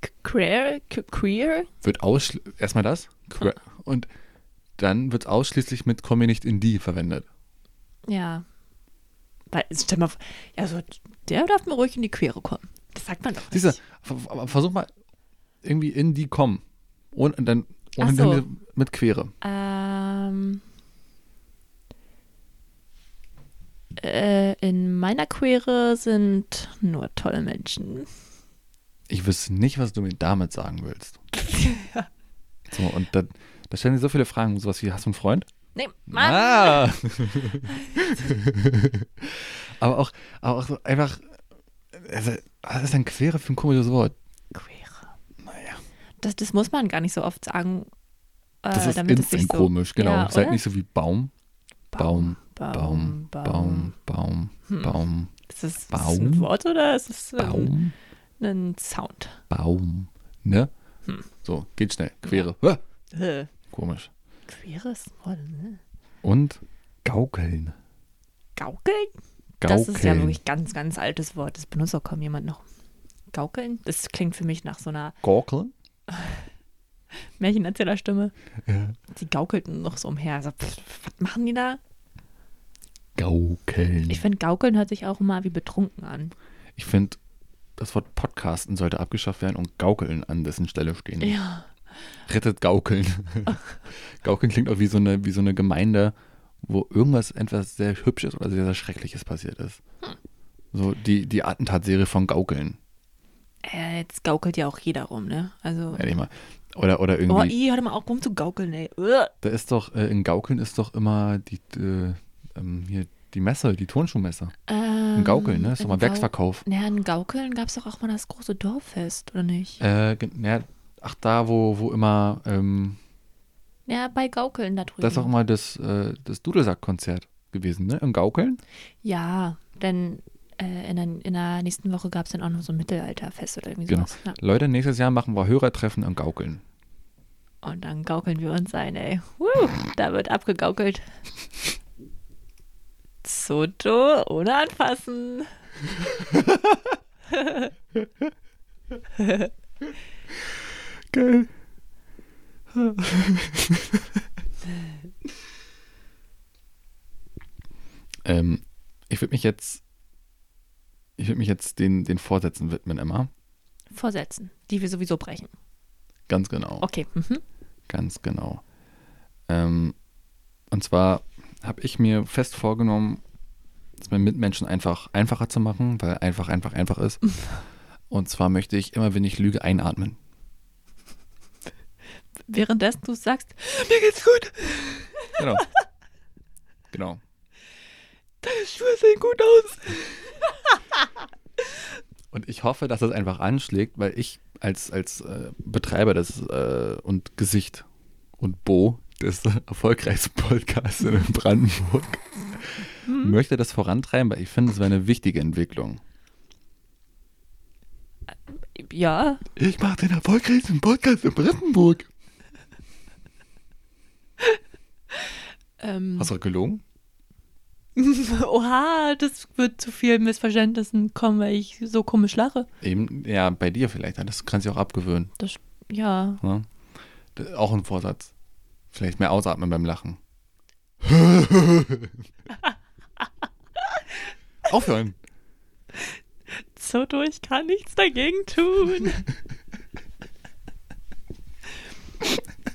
Speaker 3: K- Queer? K- Queer?
Speaker 2: wird ausschließlich. Erstmal das. Que und dann wird es ausschließlich mit Komme nicht in die verwendet.
Speaker 3: Ja. Weil, stell mal vor, also der darf mir ruhig in die Quere kommen. Das sagt man doch
Speaker 2: Siehst du,
Speaker 3: nicht.
Speaker 2: ver- ver- versuch mal irgendwie in die kommen. Und dann ohne
Speaker 3: Ach so.
Speaker 2: dann mit Quere.
Speaker 3: Ähm, äh, in meiner Quere sind nur tolle Menschen.
Speaker 2: Ich wüsste nicht, was du mir damit sagen willst. So, und dann, da stellen sich so viele Fragen, sowas wie, hast du einen Freund?
Speaker 3: Nee, Mann.
Speaker 2: Ah. aber auch, aber auch so einfach, also, was ist denn Quere für ein komisches Wort?
Speaker 3: Quere.
Speaker 2: Naja.
Speaker 3: Das, das muss man gar nicht so oft sagen. Äh,
Speaker 2: Das ist
Speaker 3: damit es
Speaker 2: instant
Speaker 3: nicht so,
Speaker 2: komisch, genau.
Speaker 3: Ja,
Speaker 2: ist halt
Speaker 3: oder?
Speaker 2: nicht so wie Baum, Baum, Baum,
Speaker 3: Baum, Hm.
Speaker 2: Baum, Baum, Baum,
Speaker 3: Ist das, ist das
Speaker 2: Baum.
Speaker 3: ein Wort oder ist das ein,
Speaker 2: Baum,
Speaker 3: ein Sound?
Speaker 2: Baum, ne?
Speaker 3: Hm.
Speaker 2: So, geht schnell, Quere. Ah,
Speaker 3: Äh,
Speaker 2: komisch.
Speaker 3: Quere ist ein Wort, ne?
Speaker 2: Und Gaukeln.
Speaker 3: Gaukeln?
Speaker 2: Gaukeln.
Speaker 3: Das ist ja wirklich ganz, ganz altes Wort. Das benutzt auch kaum jemand noch. Gaukeln? Das klingt für mich nach so einer
Speaker 2: Gaukeln?
Speaker 3: Märchenerzählerstimme.
Speaker 2: Ja.
Speaker 3: Sie gaukelten noch so umher. Also, pff, was machen die da?
Speaker 2: Gaukeln.
Speaker 3: Ich finde, gaukeln hört sich auch immer wie betrunken an.
Speaker 2: Ich finde, das Wort Podcasten sollte abgeschafft werden und Gaukeln an dessen Stelle stehen.
Speaker 3: Ja.
Speaker 2: Rettet Gaukeln. Gaukeln klingt auch wie so, eine, wie so eine Gemeinde, wo irgendwas etwas sehr Hübsches oder sehr, sehr Schreckliches passiert ist.
Speaker 3: Hm.
Speaker 2: So die, die Attentatserie von Gaukeln,
Speaker 3: Äh, jetzt gaukelt ja auch jeder rum, ne? Also.
Speaker 2: ehrlich mal. Oder, oder
Speaker 3: Oh,
Speaker 2: irgendwie.
Speaker 3: ich hört mal auch rum zu gaukeln, ey. Uah.
Speaker 2: da ist doch, äh, in Gaukeln ist doch immer die, äh, ähm, hier die Messe, die Turnschuhmesse. Ein
Speaker 3: Ähm,
Speaker 2: Gaukeln, ne? Ist doch mal
Speaker 3: ein
Speaker 2: Werksverkauf.
Speaker 3: Gau- Ja, in Gaukeln gab es doch auch mal das große Dorffest, oder nicht?
Speaker 2: Äh, gen- ja, ach, da, wo, wo immer, ähm,
Speaker 3: Ja, bei Gaukeln da drüben.
Speaker 2: das ist auch mal das, äh, das Dudelsack-Konzert gewesen, ne? Im Gaukeln.
Speaker 3: Ja, denn äh, in, der, in der nächsten Woche gab es dann auch noch so ein Mittelalterfest oder irgendwie
Speaker 2: Genau.
Speaker 3: sowas. ne? Ja.
Speaker 2: Leute, nächstes Jahr machen wir Hörertreffen im Gaukeln.
Speaker 3: Und dann gaukeln wir uns ein, ey. Woo, da wird abgegaukelt. Soto, ohne anfassen.
Speaker 2: Geil. ähm, ich würde mich jetzt, ich würde mich jetzt den, den Vorsätzen widmen, Emma.
Speaker 3: Vorsätzen, die wir sowieso brechen.
Speaker 2: Ganz genau.
Speaker 3: Okay. Mhm.
Speaker 2: Ganz genau. Ähm, und zwar habe ich mir fest vorgenommen, es meinen Mitmenschen einfach einfacher zu machen, weil einfach, einfach, einfach ist. Und zwar möchte ich immer, wenn ich lüge, einatmen.
Speaker 3: Währenddessen du sagst, mir geht's gut,
Speaker 2: Genau. genau.
Speaker 3: deine Schuhe sehen gut aus.
Speaker 2: Und ich hoffe, dass das einfach anschlägt, weil ich als, als äh, Betreiber des äh, und Gesicht und Bo des erfolgreichsten Podcasts in Brandenburg möchte das vorantreiben, weil ich finde, es wäre eine wichtige Entwicklung.
Speaker 3: Ja,
Speaker 2: Ich mache den erfolgreichsten Podcast in Brandenburg.
Speaker 3: ähm,
Speaker 2: Hm. Hast du gelogen?
Speaker 3: oha, das wird zu vielen Missverständnissen kommen, weil ich so komisch lache.
Speaker 2: Eben, ja, bei dir vielleicht. Das kannst du auch abgewöhnen.
Speaker 3: Das, ja,
Speaker 2: Ne? D- Auch ein Vorsatz. Vielleicht mehr ausatmen beim Lachen. Aufhören.
Speaker 3: Soto, ich kann nichts dagegen tun.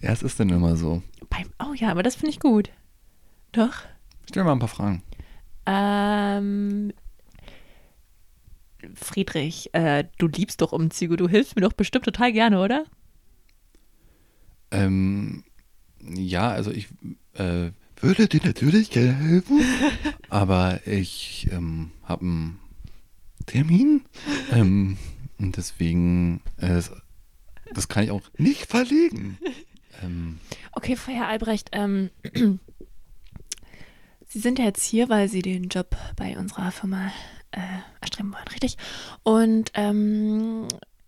Speaker 2: Ja, es ist denn immer so.
Speaker 3: Beim, oh ja, aber das finde ich gut. Doch.
Speaker 2: Stell mal ein paar Fragen.
Speaker 3: Ähm, Friedrich, äh, du liebst doch Umzüge, du hilfst mir doch bestimmt total gerne, oder?
Speaker 2: Ähm, ja, also ich äh, würde dir natürlich gerne helfen, aber ich ähm, habe einen Termin ähm, und deswegen, äh, das, das kann ich auch nicht verlegen. Ähm,
Speaker 3: Okay, Herr Albrecht, ähm, Sie sind ja jetzt hier, weil Sie den Job bei unserer Firma äh, erstreben wollen, richtig? Und ähm,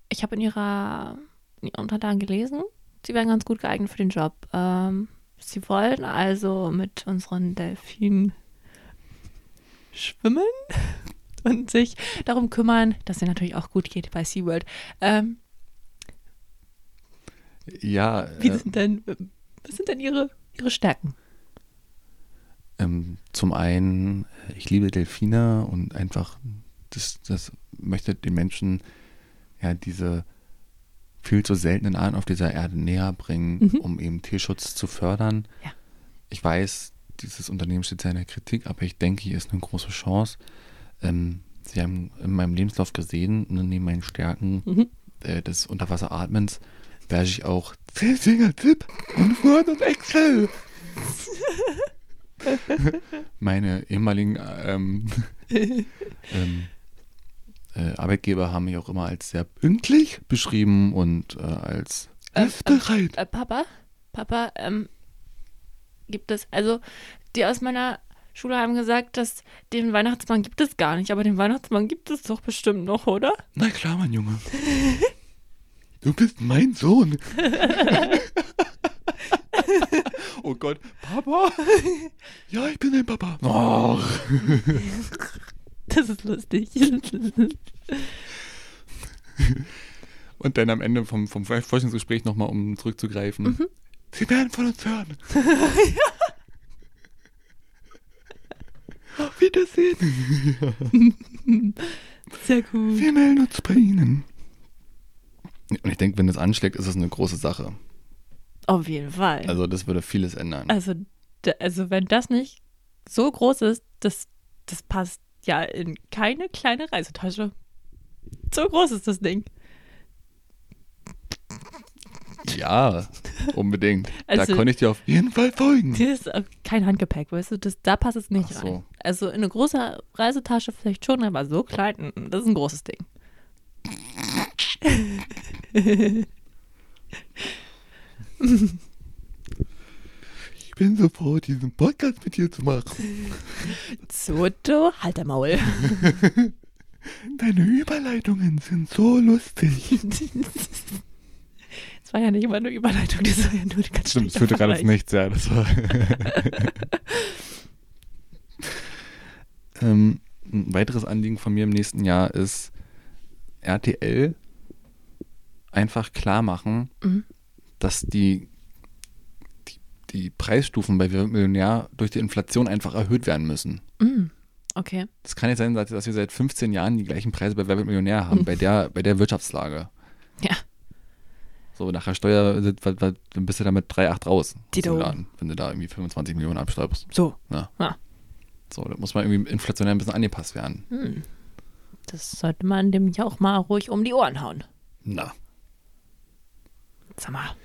Speaker 3: ich habe in Ihrer in Ihren Unterlagen gelesen, Sie wären ganz gut geeignet für den Job. Ähm, Sie wollen also mit unseren Delfinen schwimmen und sich darum kümmern, dass es Ihnen natürlich auch gut geht bei SeaWorld. Ähm,
Speaker 2: ja,
Speaker 3: wie
Speaker 2: äh,
Speaker 3: sind denn, was sind denn Ihre, Ihre Stärken?
Speaker 2: ähm, zum einen, äh, ich liebe Delfine und einfach, das, das möchte den Menschen ja diese viel zu seltenen Arten auf dieser Erde näher bringen,
Speaker 3: Mhm.
Speaker 2: um eben Tierschutz zu fördern.
Speaker 3: Ja.
Speaker 2: Ich weiß, dieses Unternehmen steht seiner Kritik, aber ich denke, hier ist eine große Chance. Ähm, Sie haben in meinem Lebenslauf gesehen, ne, neben meinen Stärken
Speaker 3: Mhm.
Speaker 2: äh, des Unterwasseratmens, beherrsche ich auch Fingertipp und Word und Excel. Meine ehemaligen ähm, ähm, äh, Arbeitgeber haben mich auch immer als sehr pünktlich beschrieben und äh, als
Speaker 3: Ähm,
Speaker 2: hilfsbereit.
Speaker 3: Äh, Papa, Papa, ähm, gibt es, also die aus meiner Schule haben gesagt, dass den Weihnachtsmann gibt es gar nicht, aber den Weihnachtsmann gibt es doch bestimmt noch, oder?
Speaker 2: Na klar, mein Junge. Du bist mein Sohn. oh Gott, Papa? Ja, ich bin dein Papa. Ach.
Speaker 3: Das ist lustig.
Speaker 2: Und dann am Ende vom, vom Forschungsgespräch nochmal, um zurückzugreifen. Sie werden von uns hören. Auf Wiedersehen.
Speaker 3: Sehr cool.
Speaker 2: Wir melden uns bei Ihnen. Und ich denke, wenn das anschlägt, ist das eine große Sache.
Speaker 3: Auf jeden Fall. Also,
Speaker 2: Also das würde vieles ändern.
Speaker 3: also, d- also wenn das nicht so groß ist, das, das passt ja in keine kleine Reisetasche. So groß ist das Ding.
Speaker 2: Ja, unbedingt.
Speaker 3: Also-
Speaker 2: da konnte ich dir auf jeden Fall folgen.
Speaker 3: Das ist auch äh, kein Handgepäck, weißt du, das, da passt es nicht
Speaker 2: Ach so.
Speaker 3: rein. Also in eine große Reisetasche vielleicht schon, aber so klein, mm, mm, das ist ein großes Ding.
Speaker 2: Ich bin so froh, diesen Podcast mit dir zu machen.
Speaker 3: Zoto, halt dein Maul.
Speaker 2: Deine Überleitungen sind so lustig.
Speaker 3: das war ja nicht immer eine Überleitung, das war ja nur ein ganz
Speaker 2: Stimmt, es
Speaker 3: schlechter
Speaker 2: führte gerade
Speaker 3: Vergleich.
Speaker 2: zu nichts, ja. Das war ähm, ein weiteres Anliegen von mir im nächsten Jahr ist RTL einfach klar machen,
Speaker 3: Mhm.
Speaker 2: dass die, die, die Preisstufen bei Wer wird Millionär durch die Inflation einfach erhöht werden müssen.
Speaker 3: Mm, okay.
Speaker 2: Das kann nicht sein, dass dass wir seit 15 Jahren die gleichen Preise bei Wer wird Millionär haben, bei, der, bei der Wirtschaftslage.
Speaker 3: Ja.
Speaker 2: So, nach der Steuer sind, was, was, dann bist du damit 3,8 raus. aus
Speaker 3: Dito.
Speaker 2: dem Laden, Wenn du da irgendwie 25 Millionen abschreibst.
Speaker 3: So.
Speaker 2: Ja.
Speaker 3: Ja.
Speaker 2: So, da muss man irgendwie inflationär ein bisschen angepasst werden.
Speaker 3: Hm. Das sollte man dem ja auch mal ruhig um die Ohren hauen.
Speaker 2: Na.
Speaker 3: Sag mal.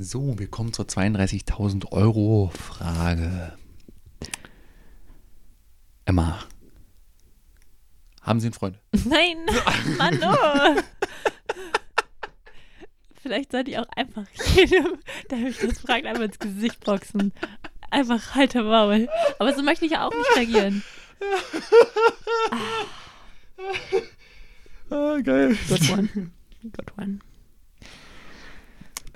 Speaker 2: So, wir kommen zur 32.000 Euro Frage. Emma. Haben Sie einen Freund?
Speaker 3: Nein, Mann, oh. Vielleicht sollte ich auch einfach jedem, der mich das fragt, einfach ins Gesicht boxen. Einfach heiter Maul. Aber so möchte ich ja auch nicht reagieren.
Speaker 2: Ah, geil.
Speaker 3: Good one. Good one.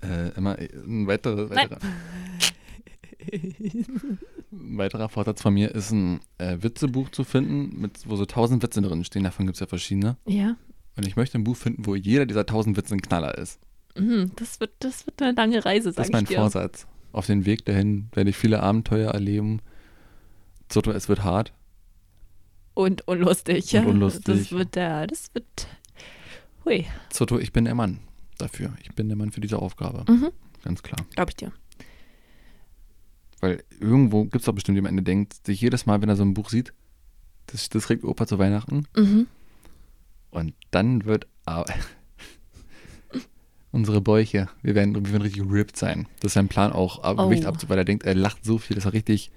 Speaker 2: Äh, Emma, ein weiterer, weiterer, ein weiterer Vorsatz von mir ist, ein äh, Witzebuch zu finden, mit, wo so 1000 Witze drin stehen. Davon gibt es ja verschiedene.
Speaker 3: Ja,
Speaker 2: Und ich möchte ein Buch finden, wo jeder dieser 1000 Witze ein Knaller ist.
Speaker 3: mhm, das wird, das wird eine lange Reise,
Speaker 2: Das
Speaker 3: sag
Speaker 2: ist
Speaker 3: ich
Speaker 2: mein
Speaker 3: dir.
Speaker 2: Vorsatz. Auf den Weg dahin werde ich viele Abenteuer erleben. Zotto, es wird hart.
Speaker 3: Und unlustig. ja.
Speaker 2: Und unlustig.
Speaker 3: Das wird der, das wird, hui,
Speaker 2: Zotto, ich bin der Mann dafür. Ich bin der Mann für diese Aufgabe.
Speaker 3: Mhm.
Speaker 2: Ganz klar.
Speaker 3: glaub ich dir.
Speaker 2: Weil irgendwo gibt es doch bestimmt jemanden, der denkt, sich jedes Mal, wenn er so ein Buch sieht, das, das kriegt Opa zu Weihnachten.
Speaker 3: Mhm.
Speaker 2: Und dann wird aber. Unsere Bäuche. Wir werden, wir werden richtig ripped sein. Das ist sein Plan auch, ab,
Speaker 3: Oh.
Speaker 2: Gewicht abzubauen. Er denkt, er lacht so viel, dass er richtig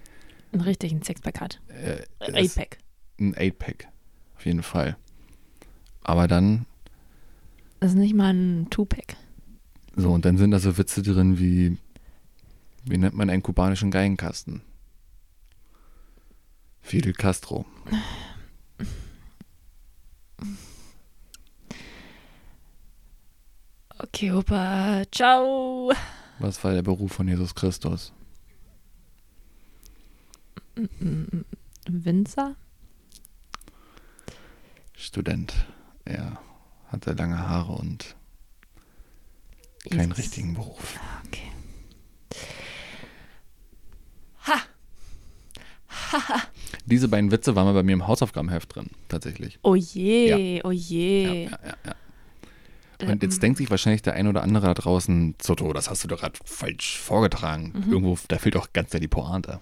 Speaker 3: Einen richtigen Sixpack hat.
Speaker 2: äh, ist
Speaker 3: Eight-Pack.
Speaker 2: ein 8-Pack. Auf jeden Fall. Aber dann,
Speaker 3: Das ist nicht mal ein Two-Pack.
Speaker 2: so, und dann sind da so Witze drin wie, wie nennt man einen kubanischen Geigenkasten? Fidel Castro.
Speaker 3: Okay, Opa. Ciao.
Speaker 2: Was war der Beruf von Jesus Christus?
Speaker 3: Winzer?
Speaker 2: Student. Er hatte lange Haare und keinen
Speaker 3: Jesus. Ah,
Speaker 2: richtigen Beruf.
Speaker 3: Okay.
Speaker 2: Diese beiden Witze waren mal bei mir im Hausaufgabenheft drin, tatsächlich.
Speaker 3: Oh je, oh je.
Speaker 2: Ja, ja, ja, ja. Und jetzt denkt sich wahrscheinlich der ein oder andere da draußen, Zotto, das hast du doch gerade falsch vorgetragen.
Speaker 3: Mhm.
Speaker 2: Irgendwo, da fehlt doch ganz die Pointe.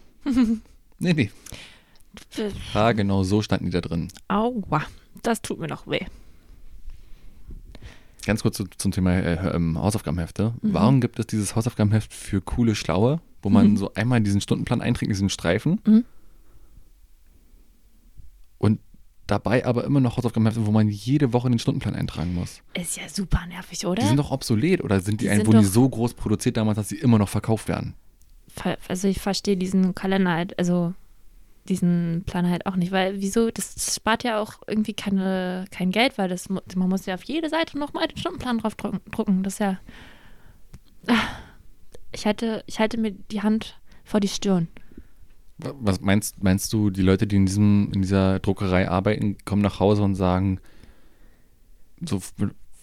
Speaker 2: nee, nee.
Speaker 3: Pf,
Speaker 2: Ja, genau so standen die da drin.
Speaker 3: Aua, das tut mir noch weh.
Speaker 2: Ganz kurz zu, zum Thema äh, ähm, Hausaufgabenhefte.
Speaker 3: Mhm.
Speaker 2: Warum gibt es dieses Hausaufgabenheft für coole Schlaue, wo man so einmal diesen Stundenplan einträgt, diesen Streifen
Speaker 3: Mhm.
Speaker 2: und dabei aber immer noch Hausaufgabenhefte, wo man jede Woche den Stundenplan eintragen muss?
Speaker 3: Ist ja super nervig, oder?
Speaker 2: Die sind doch obsolet oder sind die,
Speaker 3: Die
Speaker 2: ein,
Speaker 3: sind
Speaker 2: wurden die
Speaker 3: doch-
Speaker 2: so groß produziert damals, dass sie immer noch verkauft werden?
Speaker 3: Ver- also ich verstehe diesen Kalender halt, also diesen Plan halt auch nicht, weil wieso, das spart ja auch irgendwie keine, kein Geld, weil das, mu- man muss ja auf jede Seite nochmal den Stundenplan drauf drucken, drucken. das ist ja, Ah. ich halte, ich halte mir die Hand vor die Stirn.
Speaker 2: Wa- Was meinst, meinst du, die Leute, die in, diesem, in dieser Druckerei arbeiten, kommen nach Hause und sagen, so f-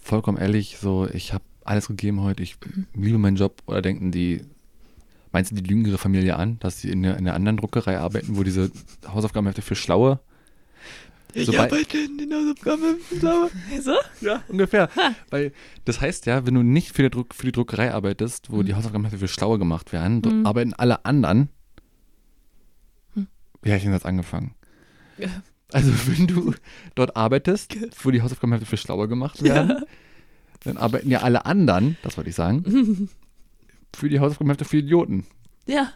Speaker 2: vollkommen ehrlich, so ich habe alles gegeben heute, ich liebe meinen Job oder denken die, meinst du, die lügen ihre Familie an, dass sie in, der- in einer anderen Druckerei arbeiten, wo diese Hausaufgabenhefte für Schlaue?
Speaker 1: Ich
Speaker 2: Sobald-
Speaker 1: arbeite in den Hausaufgaben, glaube
Speaker 3: So?
Speaker 2: Ja, ungefähr. Weil das heißt ja, wenn du nicht für die, Druck, für die Druckerei arbeitest, wo die Hausaufgabenhefte für Schlaue gemacht werden, du- arbeiten alle anderen. Wie habe ich denn jetzt angefangen? Also wenn du dort arbeitest, wo die Hausaufgabenhefte für Schlaue gemacht werden, dann arbeiten ja alle anderen, das wollte ich sagen, für die Hausaufgabenhefte für Idioten.
Speaker 3: Ja.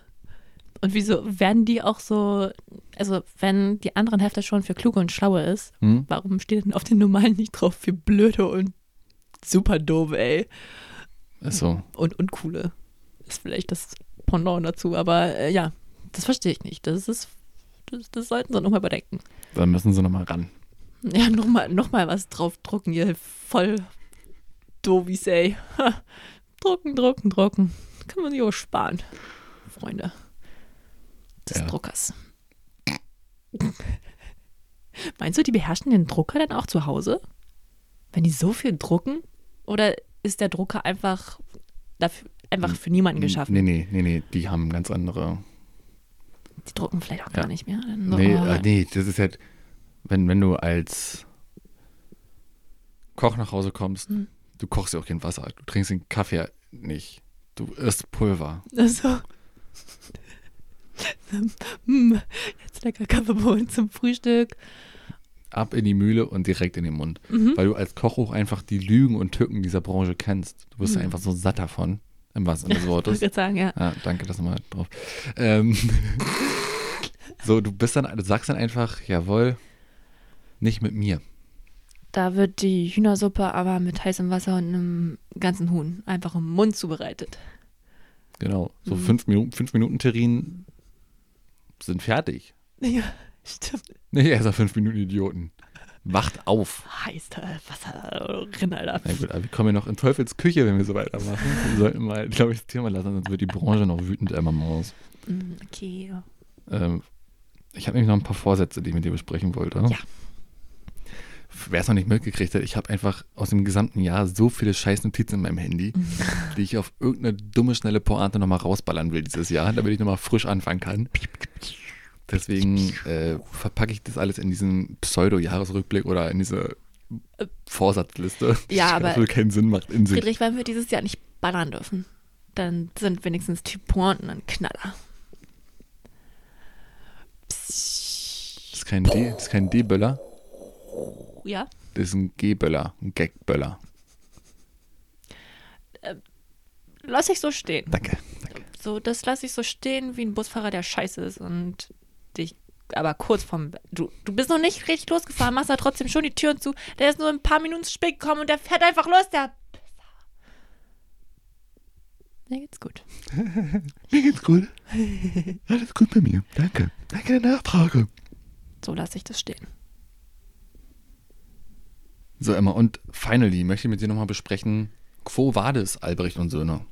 Speaker 3: Und wieso werden die auch so, also wenn die anderen Hefte schon für kluge und schlaue ist,
Speaker 2: Hm?
Speaker 3: warum steht denn auf den normalen nicht drauf für blöde und super doof, ey?
Speaker 2: Ist so.
Speaker 3: Und uncoole. Ist vielleicht das Pendant dazu, aber äh, ja, das verstehe ich nicht. Das ist, das, das sollten sie nochmal überdenken.
Speaker 2: Dann müssen sie nochmal ran.
Speaker 3: Ja, nochmal noch mal was draufdrucken, ihr voll Dovis, ey. Ha. Drucken, drucken, drucken. Kann man sich auch sparen, Freunde des
Speaker 2: Ja.
Speaker 3: Druckers. Meinst du, die beherrschen den Drucker dann auch zu Hause? Wenn die so viel drucken? Oder ist der Drucker einfach, dafür, einfach für niemanden geschaffen?
Speaker 2: Nee, nee, nee, nee, die haben ganz andere
Speaker 3: Die drucken vielleicht auch gar
Speaker 2: Ja.
Speaker 3: nicht mehr. Dann so,
Speaker 2: Nee,
Speaker 3: oh,
Speaker 2: äh, nee, das ist halt, wenn, wenn du als Koch nach Hause kommst, du kochst ja auch kein Wasser, du trinkst den Kaffee nicht, du isst Pulver.
Speaker 3: Also. Hm, Jetzt lecker Kaffeebohnen zum Frühstück.
Speaker 2: Ab in die Mühle und direkt in den Mund. Weil du als Koch auch einfach die Lügen und Tücken dieser Branche kennst. Du bist ja einfach so satt davon, im wahrsten Sinne des Wortes.
Speaker 3: Ich würde sagen, ja.
Speaker 2: Ah, danke, dass du mal drauf. Ähm, so, du bist dann, du sagst dann einfach, jawohl, nicht mit mir.
Speaker 3: Da wird die Hühnersuppe aber mit heißem Wasser und einem ganzen Huhn einfach im Mund zubereitet.
Speaker 2: Genau. So fünf Minuten, fünf Minuten Terrin sind fertig.
Speaker 3: Ja, stimmt.
Speaker 2: Nee, er sagt fünf Minuten Idioten. Wacht auf.
Speaker 3: Heißes Wasser, Rinn, Alter.
Speaker 2: Na gut, aber wir kommen ja noch in Teufels Küche, wenn wir so weitermachen. Wir sollten mal, glaube ich, das Thema lassen, sonst wird die Branche noch wütend einmal raus.
Speaker 3: Hm, Okay.
Speaker 2: Ähm, ich habe nämlich noch ein paar Vorsätze, die ich mit dir besprechen wollte.
Speaker 3: Ja.
Speaker 2: Wer es noch nicht mitgekriegt hat, ich habe einfach aus dem gesamten Jahr so viele scheiß Notizen in meinem Handy,
Speaker 3: Mhm.
Speaker 2: die ich auf irgendeine dumme, schnelle Pointe nochmal rausballern will dieses Jahr, damit ich nochmal frisch anfangen kann. Deswegen äh, verpacke ich das alles in diesen Pseudo-Jahresrückblick oder in diese Vorsatzliste, die
Speaker 3: Äh. Ja, aber-
Speaker 2: absolut keinen Sinn macht in sich.
Speaker 3: Friedrich, wenn wir dieses Jahr nicht ballern dürfen, dann sind wenigstens die Pointen ein Knaller.
Speaker 2: Das ist kein D, das ist kein D-Böller,
Speaker 3: Ja?
Speaker 1: Oh
Speaker 2: das ist ein G-Böller, ein Gag-Böller.
Speaker 1: lasse ich so stehen.
Speaker 2: Danke. danke.
Speaker 1: So, das lasse ich so stehen wie ein Busfahrer, der scheiße ist und dich aber kurz vom. Du, du bist noch nicht richtig losgefahren, machst da trotzdem schon die Türen zu. Der ist nur ein paar Minuten zu spät gekommen und der fährt einfach los, der. Pisser. Mir geht's gut.
Speaker 2: Mir geht's gut. Alles gut bei mir. Danke. Danke der Nachfrage.
Speaker 1: So lasse ich das stehen.
Speaker 2: So, Emma, und finally möchte ich mit dir nochmal besprechen, Quo Vadis, Albrecht und Söhne.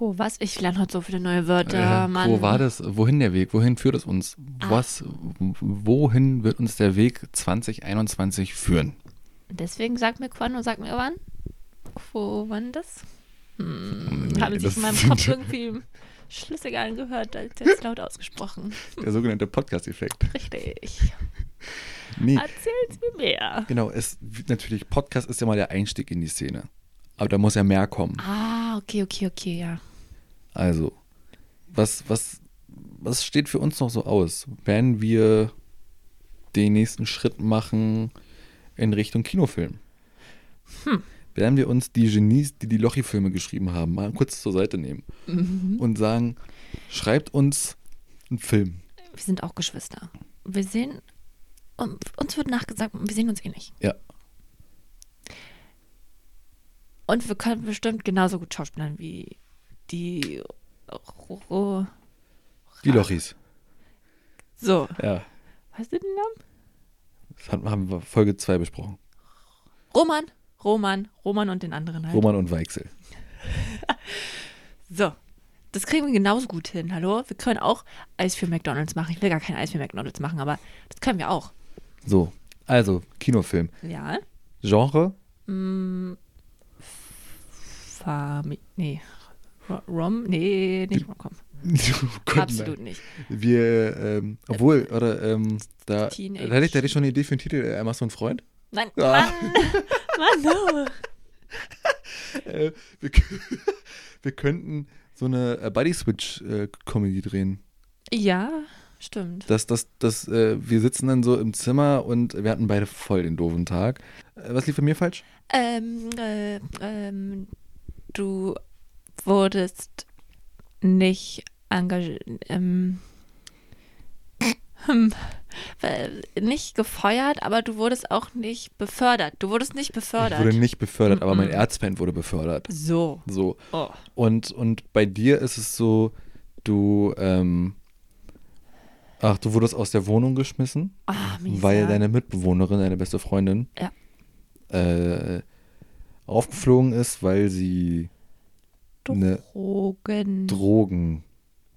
Speaker 1: Cool, was? Ich lerne heute so viele neue Wörter,
Speaker 2: Äh,
Speaker 1: Mann. Ah.
Speaker 2: Quo Vadis, wohin der Weg? Wohin führt es uns? Was, wohin wird uns der Weg 2021 führen?
Speaker 1: Deswegen sag mir Quan und sag mir wann. Quo wann das? Hm,
Speaker 2: Nee,
Speaker 1: haben sich
Speaker 2: das
Speaker 1: in meinem
Speaker 2: sind-
Speaker 1: Kopf irgendwie schlüssiger angehört als jetzt laut ausgesprochen.
Speaker 2: Der sogenannte Podcast-Effekt.
Speaker 1: Richtig.
Speaker 2: Nee,
Speaker 1: Also Erzähl's mir mehr.
Speaker 2: genau, es, natürlich, Podcast ist ja mal der Einstieg in die Szene. Aber da muss ja mehr kommen.
Speaker 1: Ah, okay, okay, okay, ja.
Speaker 2: Also, was, was, was steht für uns noch so aus? Werden wir den nächsten Schritt machen in Richtung Kinofilm? Hm. Werden wir uns die Genies, die die Lochi-Filme geschrieben haben, mal kurz zur Seite nehmen und sagen, schreibt uns einen Film.
Speaker 1: Wir sind auch Geschwister. Wir sehen, und uns wird nachgesagt, wir sehen uns eh ähnlich.
Speaker 2: Ja,
Speaker 1: Und wir können bestimmt genauso gut schauspielern wie die. Ro-
Speaker 2: die Lochis.
Speaker 1: So,
Speaker 2: Ja,
Speaker 1: weißt du den Namen?
Speaker 2: das hat- haben wir Folge 2 besprochen.
Speaker 1: Roman, Roman, Roman und den anderen halt.
Speaker 2: Roman und Weichsel.
Speaker 1: So. Das kriegen wir genauso gut hin, hallo? Wir können auch Eis für McDonalds machen. Ich will gar kein Eis für McDonalds machen, aber das können wir auch.
Speaker 2: So, also Kinofilm.
Speaker 1: Ja.
Speaker 2: Genre,
Speaker 1: Fami nee. Ro- Rom? Nee, nicht Rom.
Speaker 2: Oh Gott, nein.
Speaker 1: Absolut nicht.
Speaker 2: Wir, ähm, obwohl, oder, ähm, da, da
Speaker 1: Äh, Teenage.
Speaker 2: hätte ich, da hätte ich schon eine Idee für einen Titel, äh, Emma ist so ein Freund.
Speaker 1: Nein,
Speaker 2: Ah.
Speaker 1: Mann, Mann, oh.
Speaker 2: Äh, wir, kö- wir könnten so eine äh, Buddy-Switch-Comedy drehen.
Speaker 1: Ja, stimmt.
Speaker 2: Dass, dass, dass, äh, wir sitzen dann so im Zimmer und wir hatten beide voll den doofen Tag. Äh, was lief bei mir falsch?
Speaker 1: Ähm, äh, ähm, du wurdest nicht engagiert, ähm, hm, äh, nicht gefeuert, aber du wurdest auch nicht befördert. Du wurdest nicht
Speaker 2: Ich
Speaker 1: befördert.
Speaker 2: wurde nicht befördert, aber mein
Speaker 1: Mhm.
Speaker 2: Erzfeind wurde befördert.
Speaker 1: so.
Speaker 2: So.
Speaker 1: Oh.
Speaker 2: Und, und bei dir ist es so, du, ähm, ach, du wurdest aus der Wohnung geschmissen.
Speaker 1: Ah, Misa.
Speaker 2: weil deine Mitbewohnerin, deine beste Freundin,
Speaker 1: Ja.
Speaker 2: äh, aufgeflogen ist, weil sie ne-
Speaker 1: Drogen
Speaker 2: Drogen,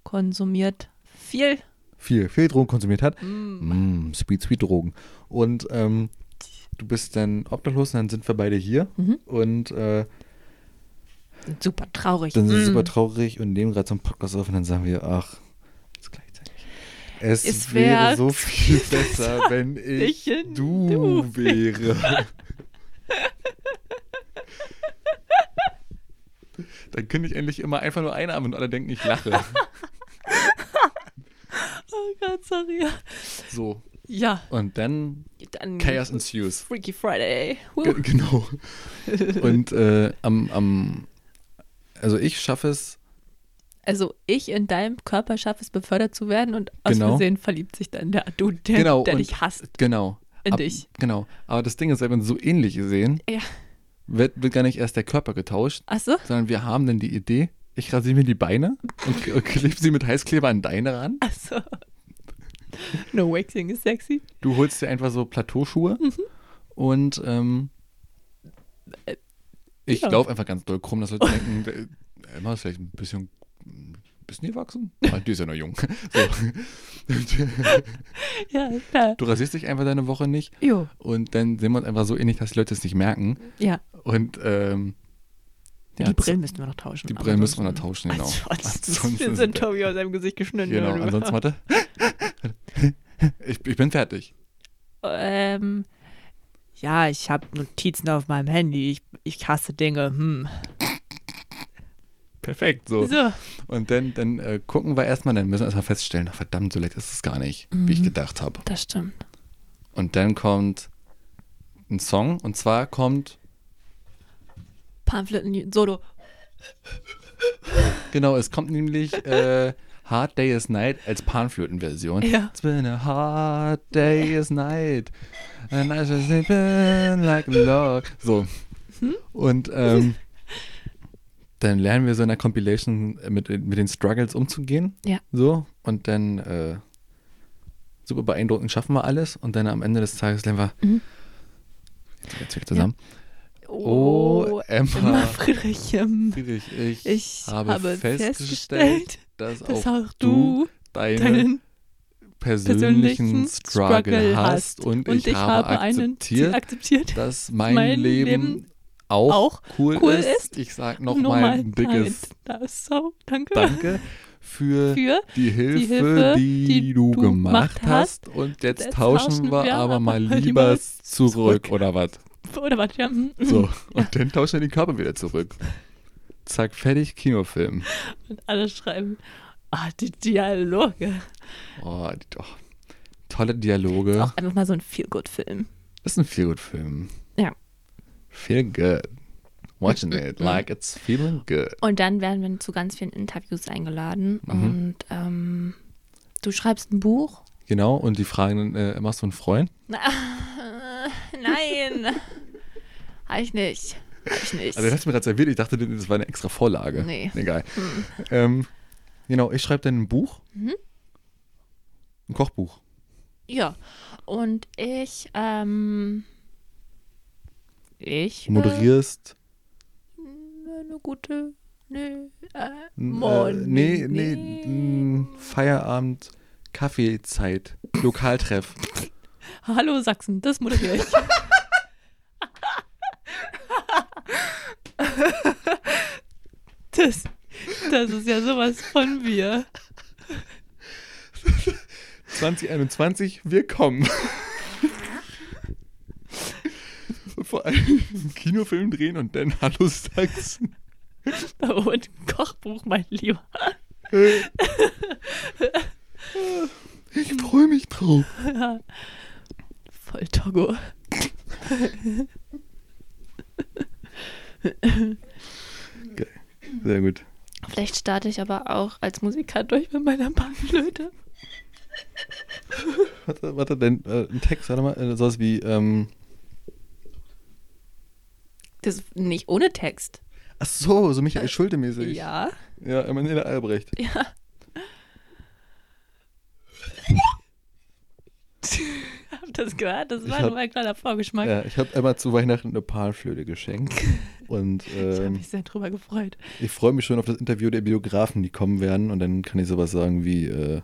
Speaker 1: konsumiert. Viel.
Speaker 2: viel, viel Drogen konsumiert hat. Mm, sweet, sweet Drogen. Und ähm, du bist dann obdachlos und dann sind wir beide hier. Und äh,
Speaker 1: Super traurig.
Speaker 2: dann sind wir
Speaker 1: Mm.
Speaker 2: super traurig und nehmen gerade so einen Podcast auf und dann sagen wir, ach, jetzt gleichzeitig. Es,
Speaker 1: Es
Speaker 2: wäre
Speaker 1: wär
Speaker 2: so viel besser, wenn ich
Speaker 1: wenn
Speaker 2: du,
Speaker 1: du
Speaker 2: wäre. Dann könnte ich endlich immer einfach nur einarmen und alle denken, ich lache.
Speaker 1: Oh Gott, sorry.
Speaker 2: So.
Speaker 1: Ja,
Speaker 2: Und dann
Speaker 1: dann
Speaker 2: Chaos ensues.
Speaker 1: Freaky Friday.
Speaker 2: Ge-
Speaker 1: Huh.
Speaker 2: Genau. Und äh, am, am, also ich schaffe es,
Speaker 1: Also ich in deinem Körper schaffe es, befördert zu werden und aus
Speaker 2: Genau.
Speaker 1: Versehen verliebt sich dann der Du, der,
Speaker 2: Genau,
Speaker 1: der
Speaker 2: und-
Speaker 1: dich hasst.
Speaker 2: genau.
Speaker 1: In dich.
Speaker 2: Genau. Aber das Ding ist, wenn wir uns so ähnlich sehen,
Speaker 1: Ja.
Speaker 2: wird, wird gar nicht erst der Körper getauscht,
Speaker 1: Achso?
Speaker 2: sondern wir haben dann die Idee, ich rasiere mir die Beine und, und klebe sie mit Heißkleber an deine ran.
Speaker 1: Achso. No waxing is sexy.
Speaker 2: Du holst dir einfach so Plateauschuhe
Speaker 1: Mhm.
Speaker 2: und ähm, ich
Speaker 1: Äh, ja.
Speaker 2: laufe einfach ganz doll krumm, dass Leute denken, äh, Emma ist vielleicht ein bisschen, ein bisschen gewachsen. Ah, die ist ja noch jung. So.
Speaker 1: Ja, klar.
Speaker 2: Du rasierst dich einfach deine Woche nicht
Speaker 1: Jo.
Speaker 2: und dann sehen wir uns einfach so ähnlich, dass die Leute es nicht merken.
Speaker 1: Ja.
Speaker 2: Und ähm, ja,
Speaker 1: die Brillen müssten wir noch tauschen.
Speaker 2: die
Speaker 1: aber Also,
Speaker 2: Brillen müssen wir noch
Speaker 1: ansonsten-
Speaker 2: tauschen, genau.
Speaker 1: Ansonsten,
Speaker 2: Ansonsten-
Speaker 1: ansonsten sind Tobi aus seinem Gesicht geschnitten.
Speaker 2: Genau,
Speaker 1: oder?
Speaker 2: ansonsten warte. Ich, ich bin fertig.
Speaker 1: Ähm, ja, ich habe Notizen auf meinem Handy. Ich, ich hasse Dinge. Hm.
Speaker 2: Perfekt, so.
Speaker 1: So.
Speaker 2: Und dann, dann äh, gucken wir erstmal, dann müssen wir erstmal feststellen, ach, verdammt, so leicht ist es gar nicht, wie ich gedacht habe.
Speaker 1: Das stimmt.
Speaker 2: Und dann kommt ein Song und zwar kommt
Speaker 1: Pamphleten Solo.
Speaker 2: Genau, es kommt nämlich äh, Hard Day is Night als Panflötenversion.
Speaker 3: Ja.
Speaker 2: It's been a hard day is night. And I just sleeping like a log. So.
Speaker 3: Hm?
Speaker 2: Und ähm, dann lernen wir so in der Compilation mit, mit den Struggles umzugehen.
Speaker 3: Ja.
Speaker 2: So. Und dann äh, super beeindruckend schaffen wir alles. Und dann am Ende des Tages lernen wir.
Speaker 3: Mhm.
Speaker 2: Jetzt, jetzt wieder zusammen.
Speaker 3: Oh,
Speaker 2: Oh, Emma.
Speaker 3: Emma Friedrich, ähm,
Speaker 2: Friedrich, ich,
Speaker 3: ich
Speaker 2: habe,
Speaker 3: habe
Speaker 2: festgestellt,
Speaker 3: festgestellt,
Speaker 2: dass auch
Speaker 3: dass auch
Speaker 2: du
Speaker 3: du
Speaker 2: deine
Speaker 3: deinen
Speaker 2: persönlichen Struggle, hast und, ich, habe,
Speaker 3: einen
Speaker 2: akzeptiert,
Speaker 3: Ziel akzeptiert.
Speaker 2: dass mein,
Speaker 3: mein
Speaker 2: Leben,
Speaker 3: Leben
Speaker 2: auch,
Speaker 3: auch
Speaker 2: cool,
Speaker 3: cool
Speaker 2: ist.
Speaker 3: ist.
Speaker 2: Ich sag
Speaker 3: Nur
Speaker 2: nochmal Oh, ein dickes
Speaker 3: nein. Das, so, danke.
Speaker 2: Danke für,
Speaker 3: Für
Speaker 2: die Hilfe, die,
Speaker 3: Hilfe, die
Speaker 2: du
Speaker 3: du
Speaker 2: gemacht
Speaker 3: gemacht
Speaker 2: hast. Und jetzt,
Speaker 3: Jetzt
Speaker 2: tauschen wir aber mal lieber zurück,
Speaker 3: zurück.
Speaker 2: oder was?
Speaker 3: Oder warte, ja. mm, mm.
Speaker 2: So, und dann tauschen wir den Körper wieder zurück. Zack, fertig, Kinofilm.
Speaker 3: Und alle schreiben, ah, die Dialoge.
Speaker 2: Oh, die, oh, tolle Dialoge.
Speaker 3: Auch einfach mal so ein Feel-Good-Film.
Speaker 2: Ist ein Feel-Good-Film.
Speaker 3: Ja.
Speaker 2: Feel good. Watching it like it's feeling good.
Speaker 3: Und dann werden wir zu ganz vielen Interviews eingeladen.
Speaker 2: Mhm.
Speaker 3: Und ähm, du schreibst ein Buch?
Speaker 2: Genau, und die fragen dann, äh, machst du einen Freund?
Speaker 3: Nein. Hab ich nicht. Hab ich nicht.
Speaker 2: Also, das hast du mir gerade serviert. Ich dachte, das war eine extra Vorlage.
Speaker 3: Nee. Mhm.
Speaker 2: Egal. Ähm, genau, ich schreibe dann ein Buch. Ein Kochbuch.
Speaker 3: ja. Und ich, ähm, ich.
Speaker 2: Du
Speaker 3: Genau.
Speaker 2: moderierst.
Speaker 3: Äh, eine gute. Nee, äh,
Speaker 2: n-
Speaker 3: Morning.
Speaker 2: nee, nee. n- Feierabend, Kaffeezeit, Lokaltreff.
Speaker 3: Hallo Sachsen, das moderiere ich. Das, das ist ja sowas von mir.
Speaker 2: 2021, wir kommen. Vor allem einen Kinofilm drehen und dann Hallo Sachsen.
Speaker 3: Oh, und ein Kochbuch, mein Lieber.
Speaker 2: Ich freue mich drauf.
Speaker 3: Voll Togo.
Speaker 2: Sehr gut.
Speaker 3: Vielleicht starte ich aber auch als Musiker durch mit meiner Panflöte.
Speaker 2: Warte, warte, denn äh, ein Text, warte mal, äh, sowas wie, ähm,
Speaker 3: Das ist nicht ohne Text.
Speaker 2: ach so, so Michael Schulte mäßig.
Speaker 3: Äh, Ja.
Speaker 2: Ja, Emanuela Albrecht.
Speaker 3: Habt ihr das gehört? Das
Speaker 2: Ich
Speaker 3: war
Speaker 2: hab-
Speaker 3: nur ein kleiner Vorgeschmack.
Speaker 2: Ja, ich habe einmal zu Weihnachten eine Panflöte geschenkt. Und
Speaker 3: Ich habe
Speaker 2: ähm,
Speaker 3: mich sehr drüber gefreut.
Speaker 2: ich freue mich schon auf das Interview der Biografen, die kommen werden. Und dann kann ich sowas sagen wie, äh,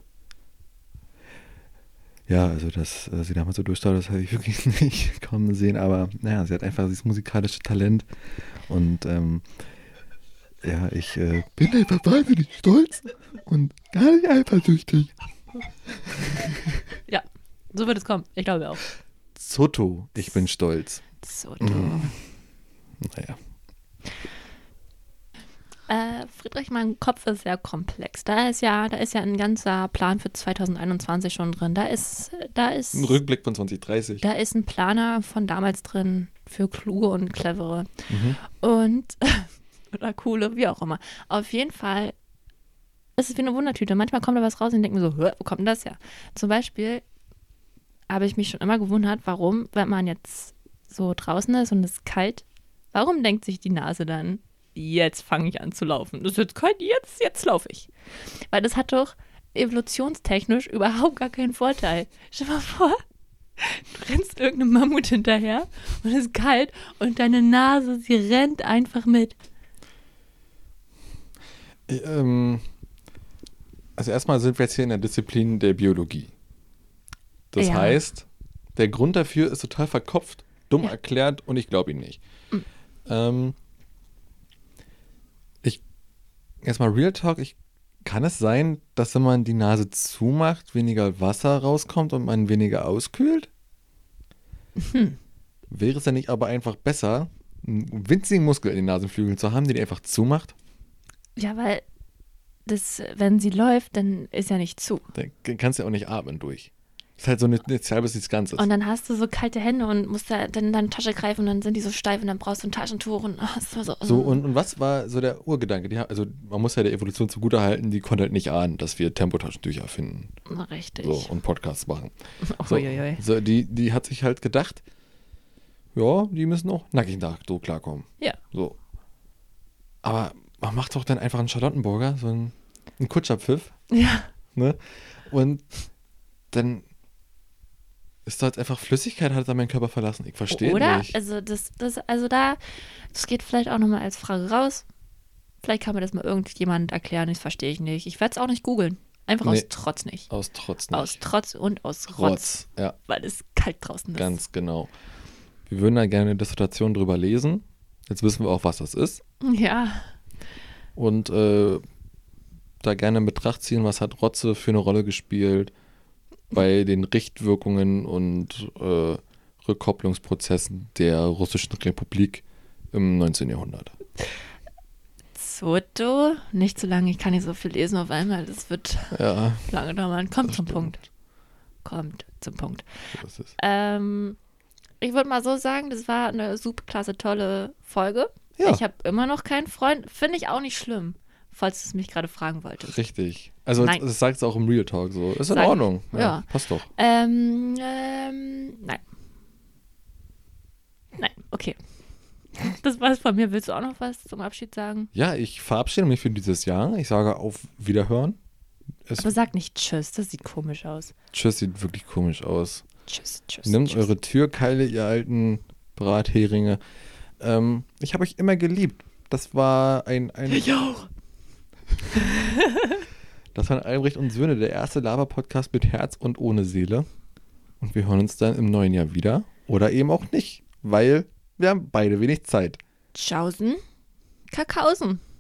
Speaker 2: ja, also dass äh, sie damals so durchstarrt, das habe ich wirklich nicht kommen sehen. Aber naja, sie hat einfach dieses musikalische Talent. Und ähm, ja, ich äh, bin einfach wahnsinnig stolz und gar nicht eifersüchtig.
Speaker 3: Ja, so wird es kommen. Ich glaube auch.
Speaker 2: Zotto, ich bin stolz.
Speaker 3: So, du.
Speaker 2: Naja.
Speaker 3: Äh, Friedrich, mein Kopf ist sehr komplex. Da ist ja, da ist ja ein ganzer Plan für 2021 schon drin. Da ist, da ist,
Speaker 2: Ein Rückblick von 2030.
Speaker 3: da ist ein Planer von damals drin für kluge und clevere und oder coole, wie auch immer. Auf jeden Fall ist es wie eine Wundertüte. Manchmal kommt da was raus und ich denke mir so, "Hä, wo kommt denn das her? Zum Beispiel habe ich mich schon immer gewundert, warum, wenn man jetzt so draußen ist und es ist kalt, warum denkt sich die Nase dann, jetzt fange ich an zu laufen. Das ist jetzt kalt, jetzt, jetzt laufe ich. Weil das hat doch evolutionstechnisch überhaupt gar keinen Vorteil. Stell dir mal vor, du rennst irgendeinem Mammut hinterher und es ist kalt und deine Nase, sie rennt einfach mit.
Speaker 2: Ähm, also erstmal sind wir jetzt hier in der Disziplin der Biologie. Das
Speaker 3: Ja.
Speaker 2: heißt, der Grund dafür ist total verkopft, dumm erklärt und ich glaube ihn nicht. Ähm, ich erstmal Real Talk, ich kann es sein, dass wenn man die Nase zumacht, weniger Wasser rauskommt und man weniger auskühlt? Wäre es dann nicht aber einfach besser, einen winzigen Muskel in den Nasenflügeln zu haben, den ihr einfach zumacht?
Speaker 3: Ja, weil das, wenn sie läuft, dann ist ja nicht zu.
Speaker 2: Dann kannst du ja auch nicht atmen durch. Ist halt so eine, eine halbes nichts Ganzes.
Speaker 3: Und dann hast du so kalte Hände und musst da dann in deine Tasche greifen und dann sind die so steif und dann brauchst du ein Taschentuch und oh, ist immer so.
Speaker 2: So, und, und was war so der Urgedanke? Die, ha- also, man muss ja der Evolution zugutehalten, die konnte halt nicht ahnen, dass wir Tempotaschentücher finden
Speaker 3: richtig.
Speaker 2: so, und Podcasts machen. So,
Speaker 1: Uiuiui.
Speaker 2: so die, die hat sich halt gedacht, ja, die müssen auch nackig nach so klarkommen.
Speaker 3: Ja.
Speaker 2: So. Aber man macht doch dann einfach einen Charlottenburger, so einen, einen Kutscherpfiff,
Speaker 3: Ja.
Speaker 2: ne? Und dann ist da jetzt einfach Flüssigkeit, hat da meinen Körper verlassen. Ich verstehe
Speaker 3: Oder?
Speaker 2: nicht.
Speaker 3: Also das, das, also da, das geht vielleicht auch nochmal als Frage raus. Vielleicht kann mir das mal irgendjemand erklären, das verstehe ich nicht. Ich werde es auch nicht googeln. Einfach
Speaker 2: Nee.
Speaker 3: aus Trotz nicht.
Speaker 2: Aus Trotz nicht.
Speaker 3: Aus Trotz und aus Rotz,
Speaker 2: Trotz. Ja,
Speaker 3: weil es kalt draußen ist.
Speaker 2: ganz genau. Wir würden da gerne eine Dissertation drüber lesen. Jetzt wissen wir auch, was das ist.
Speaker 3: Ja.
Speaker 2: und äh, da gerne in Betracht ziehen, was hat Rotze für eine Rolle gespielt bei den Richtwirkungen und äh, Rückkopplungsprozessen der Russischen Republik im 19. Jahrhundert.
Speaker 3: Zoto, nicht zu lange, ich kann nicht so viel lesen auf einmal, das wird
Speaker 2: Ja,
Speaker 3: lange dauern. Kommt
Speaker 2: Das
Speaker 3: zum
Speaker 2: stimmt.
Speaker 3: Punkt. Kommt zum Punkt.
Speaker 2: das ist.
Speaker 3: Ähm, ich würde mal so sagen, das war eine superklasse tolle Folge.
Speaker 2: Ja.
Speaker 3: Ich habe immer noch keinen Freund. Finde ich auch nicht schlimm, falls du es mich gerade fragen wolltest.
Speaker 2: Richtig. Also
Speaker 3: Nein.
Speaker 2: das sagst du auch im Real Talk so. Ist in
Speaker 3: Sag-
Speaker 2: Ordnung. Ja,
Speaker 3: ja.
Speaker 2: Passt doch.
Speaker 3: Ähm, ähm, nein. Nein, okay. Das war's von mir. Willst du auch noch was zum Abschied sagen?
Speaker 2: Ja, ich verabschiede mich für dieses Jahr. Ich sage auf Wiederhören. Es,
Speaker 3: Aber sag nicht Tschüss, das sieht komisch aus.
Speaker 2: tschüss, sieht wirklich komisch aus.
Speaker 3: Tschüss, Tschüss.
Speaker 2: Nimmt
Speaker 3: tschüss.
Speaker 2: eure Türkeile, ihr alten Bratheringe. Ähm, ich habe euch immer geliebt. Das war ein, ein
Speaker 1: Ich auch.
Speaker 2: Das waren Albrecht und Söhne, der erste Lava-Podcast mit Herz und ohne Seele. Und wir hören uns dann im neuen Jahr wieder. Oder eben auch nicht, weil wir haben beide wenig Zeit.
Speaker 3: Tschaußen, Kakausen.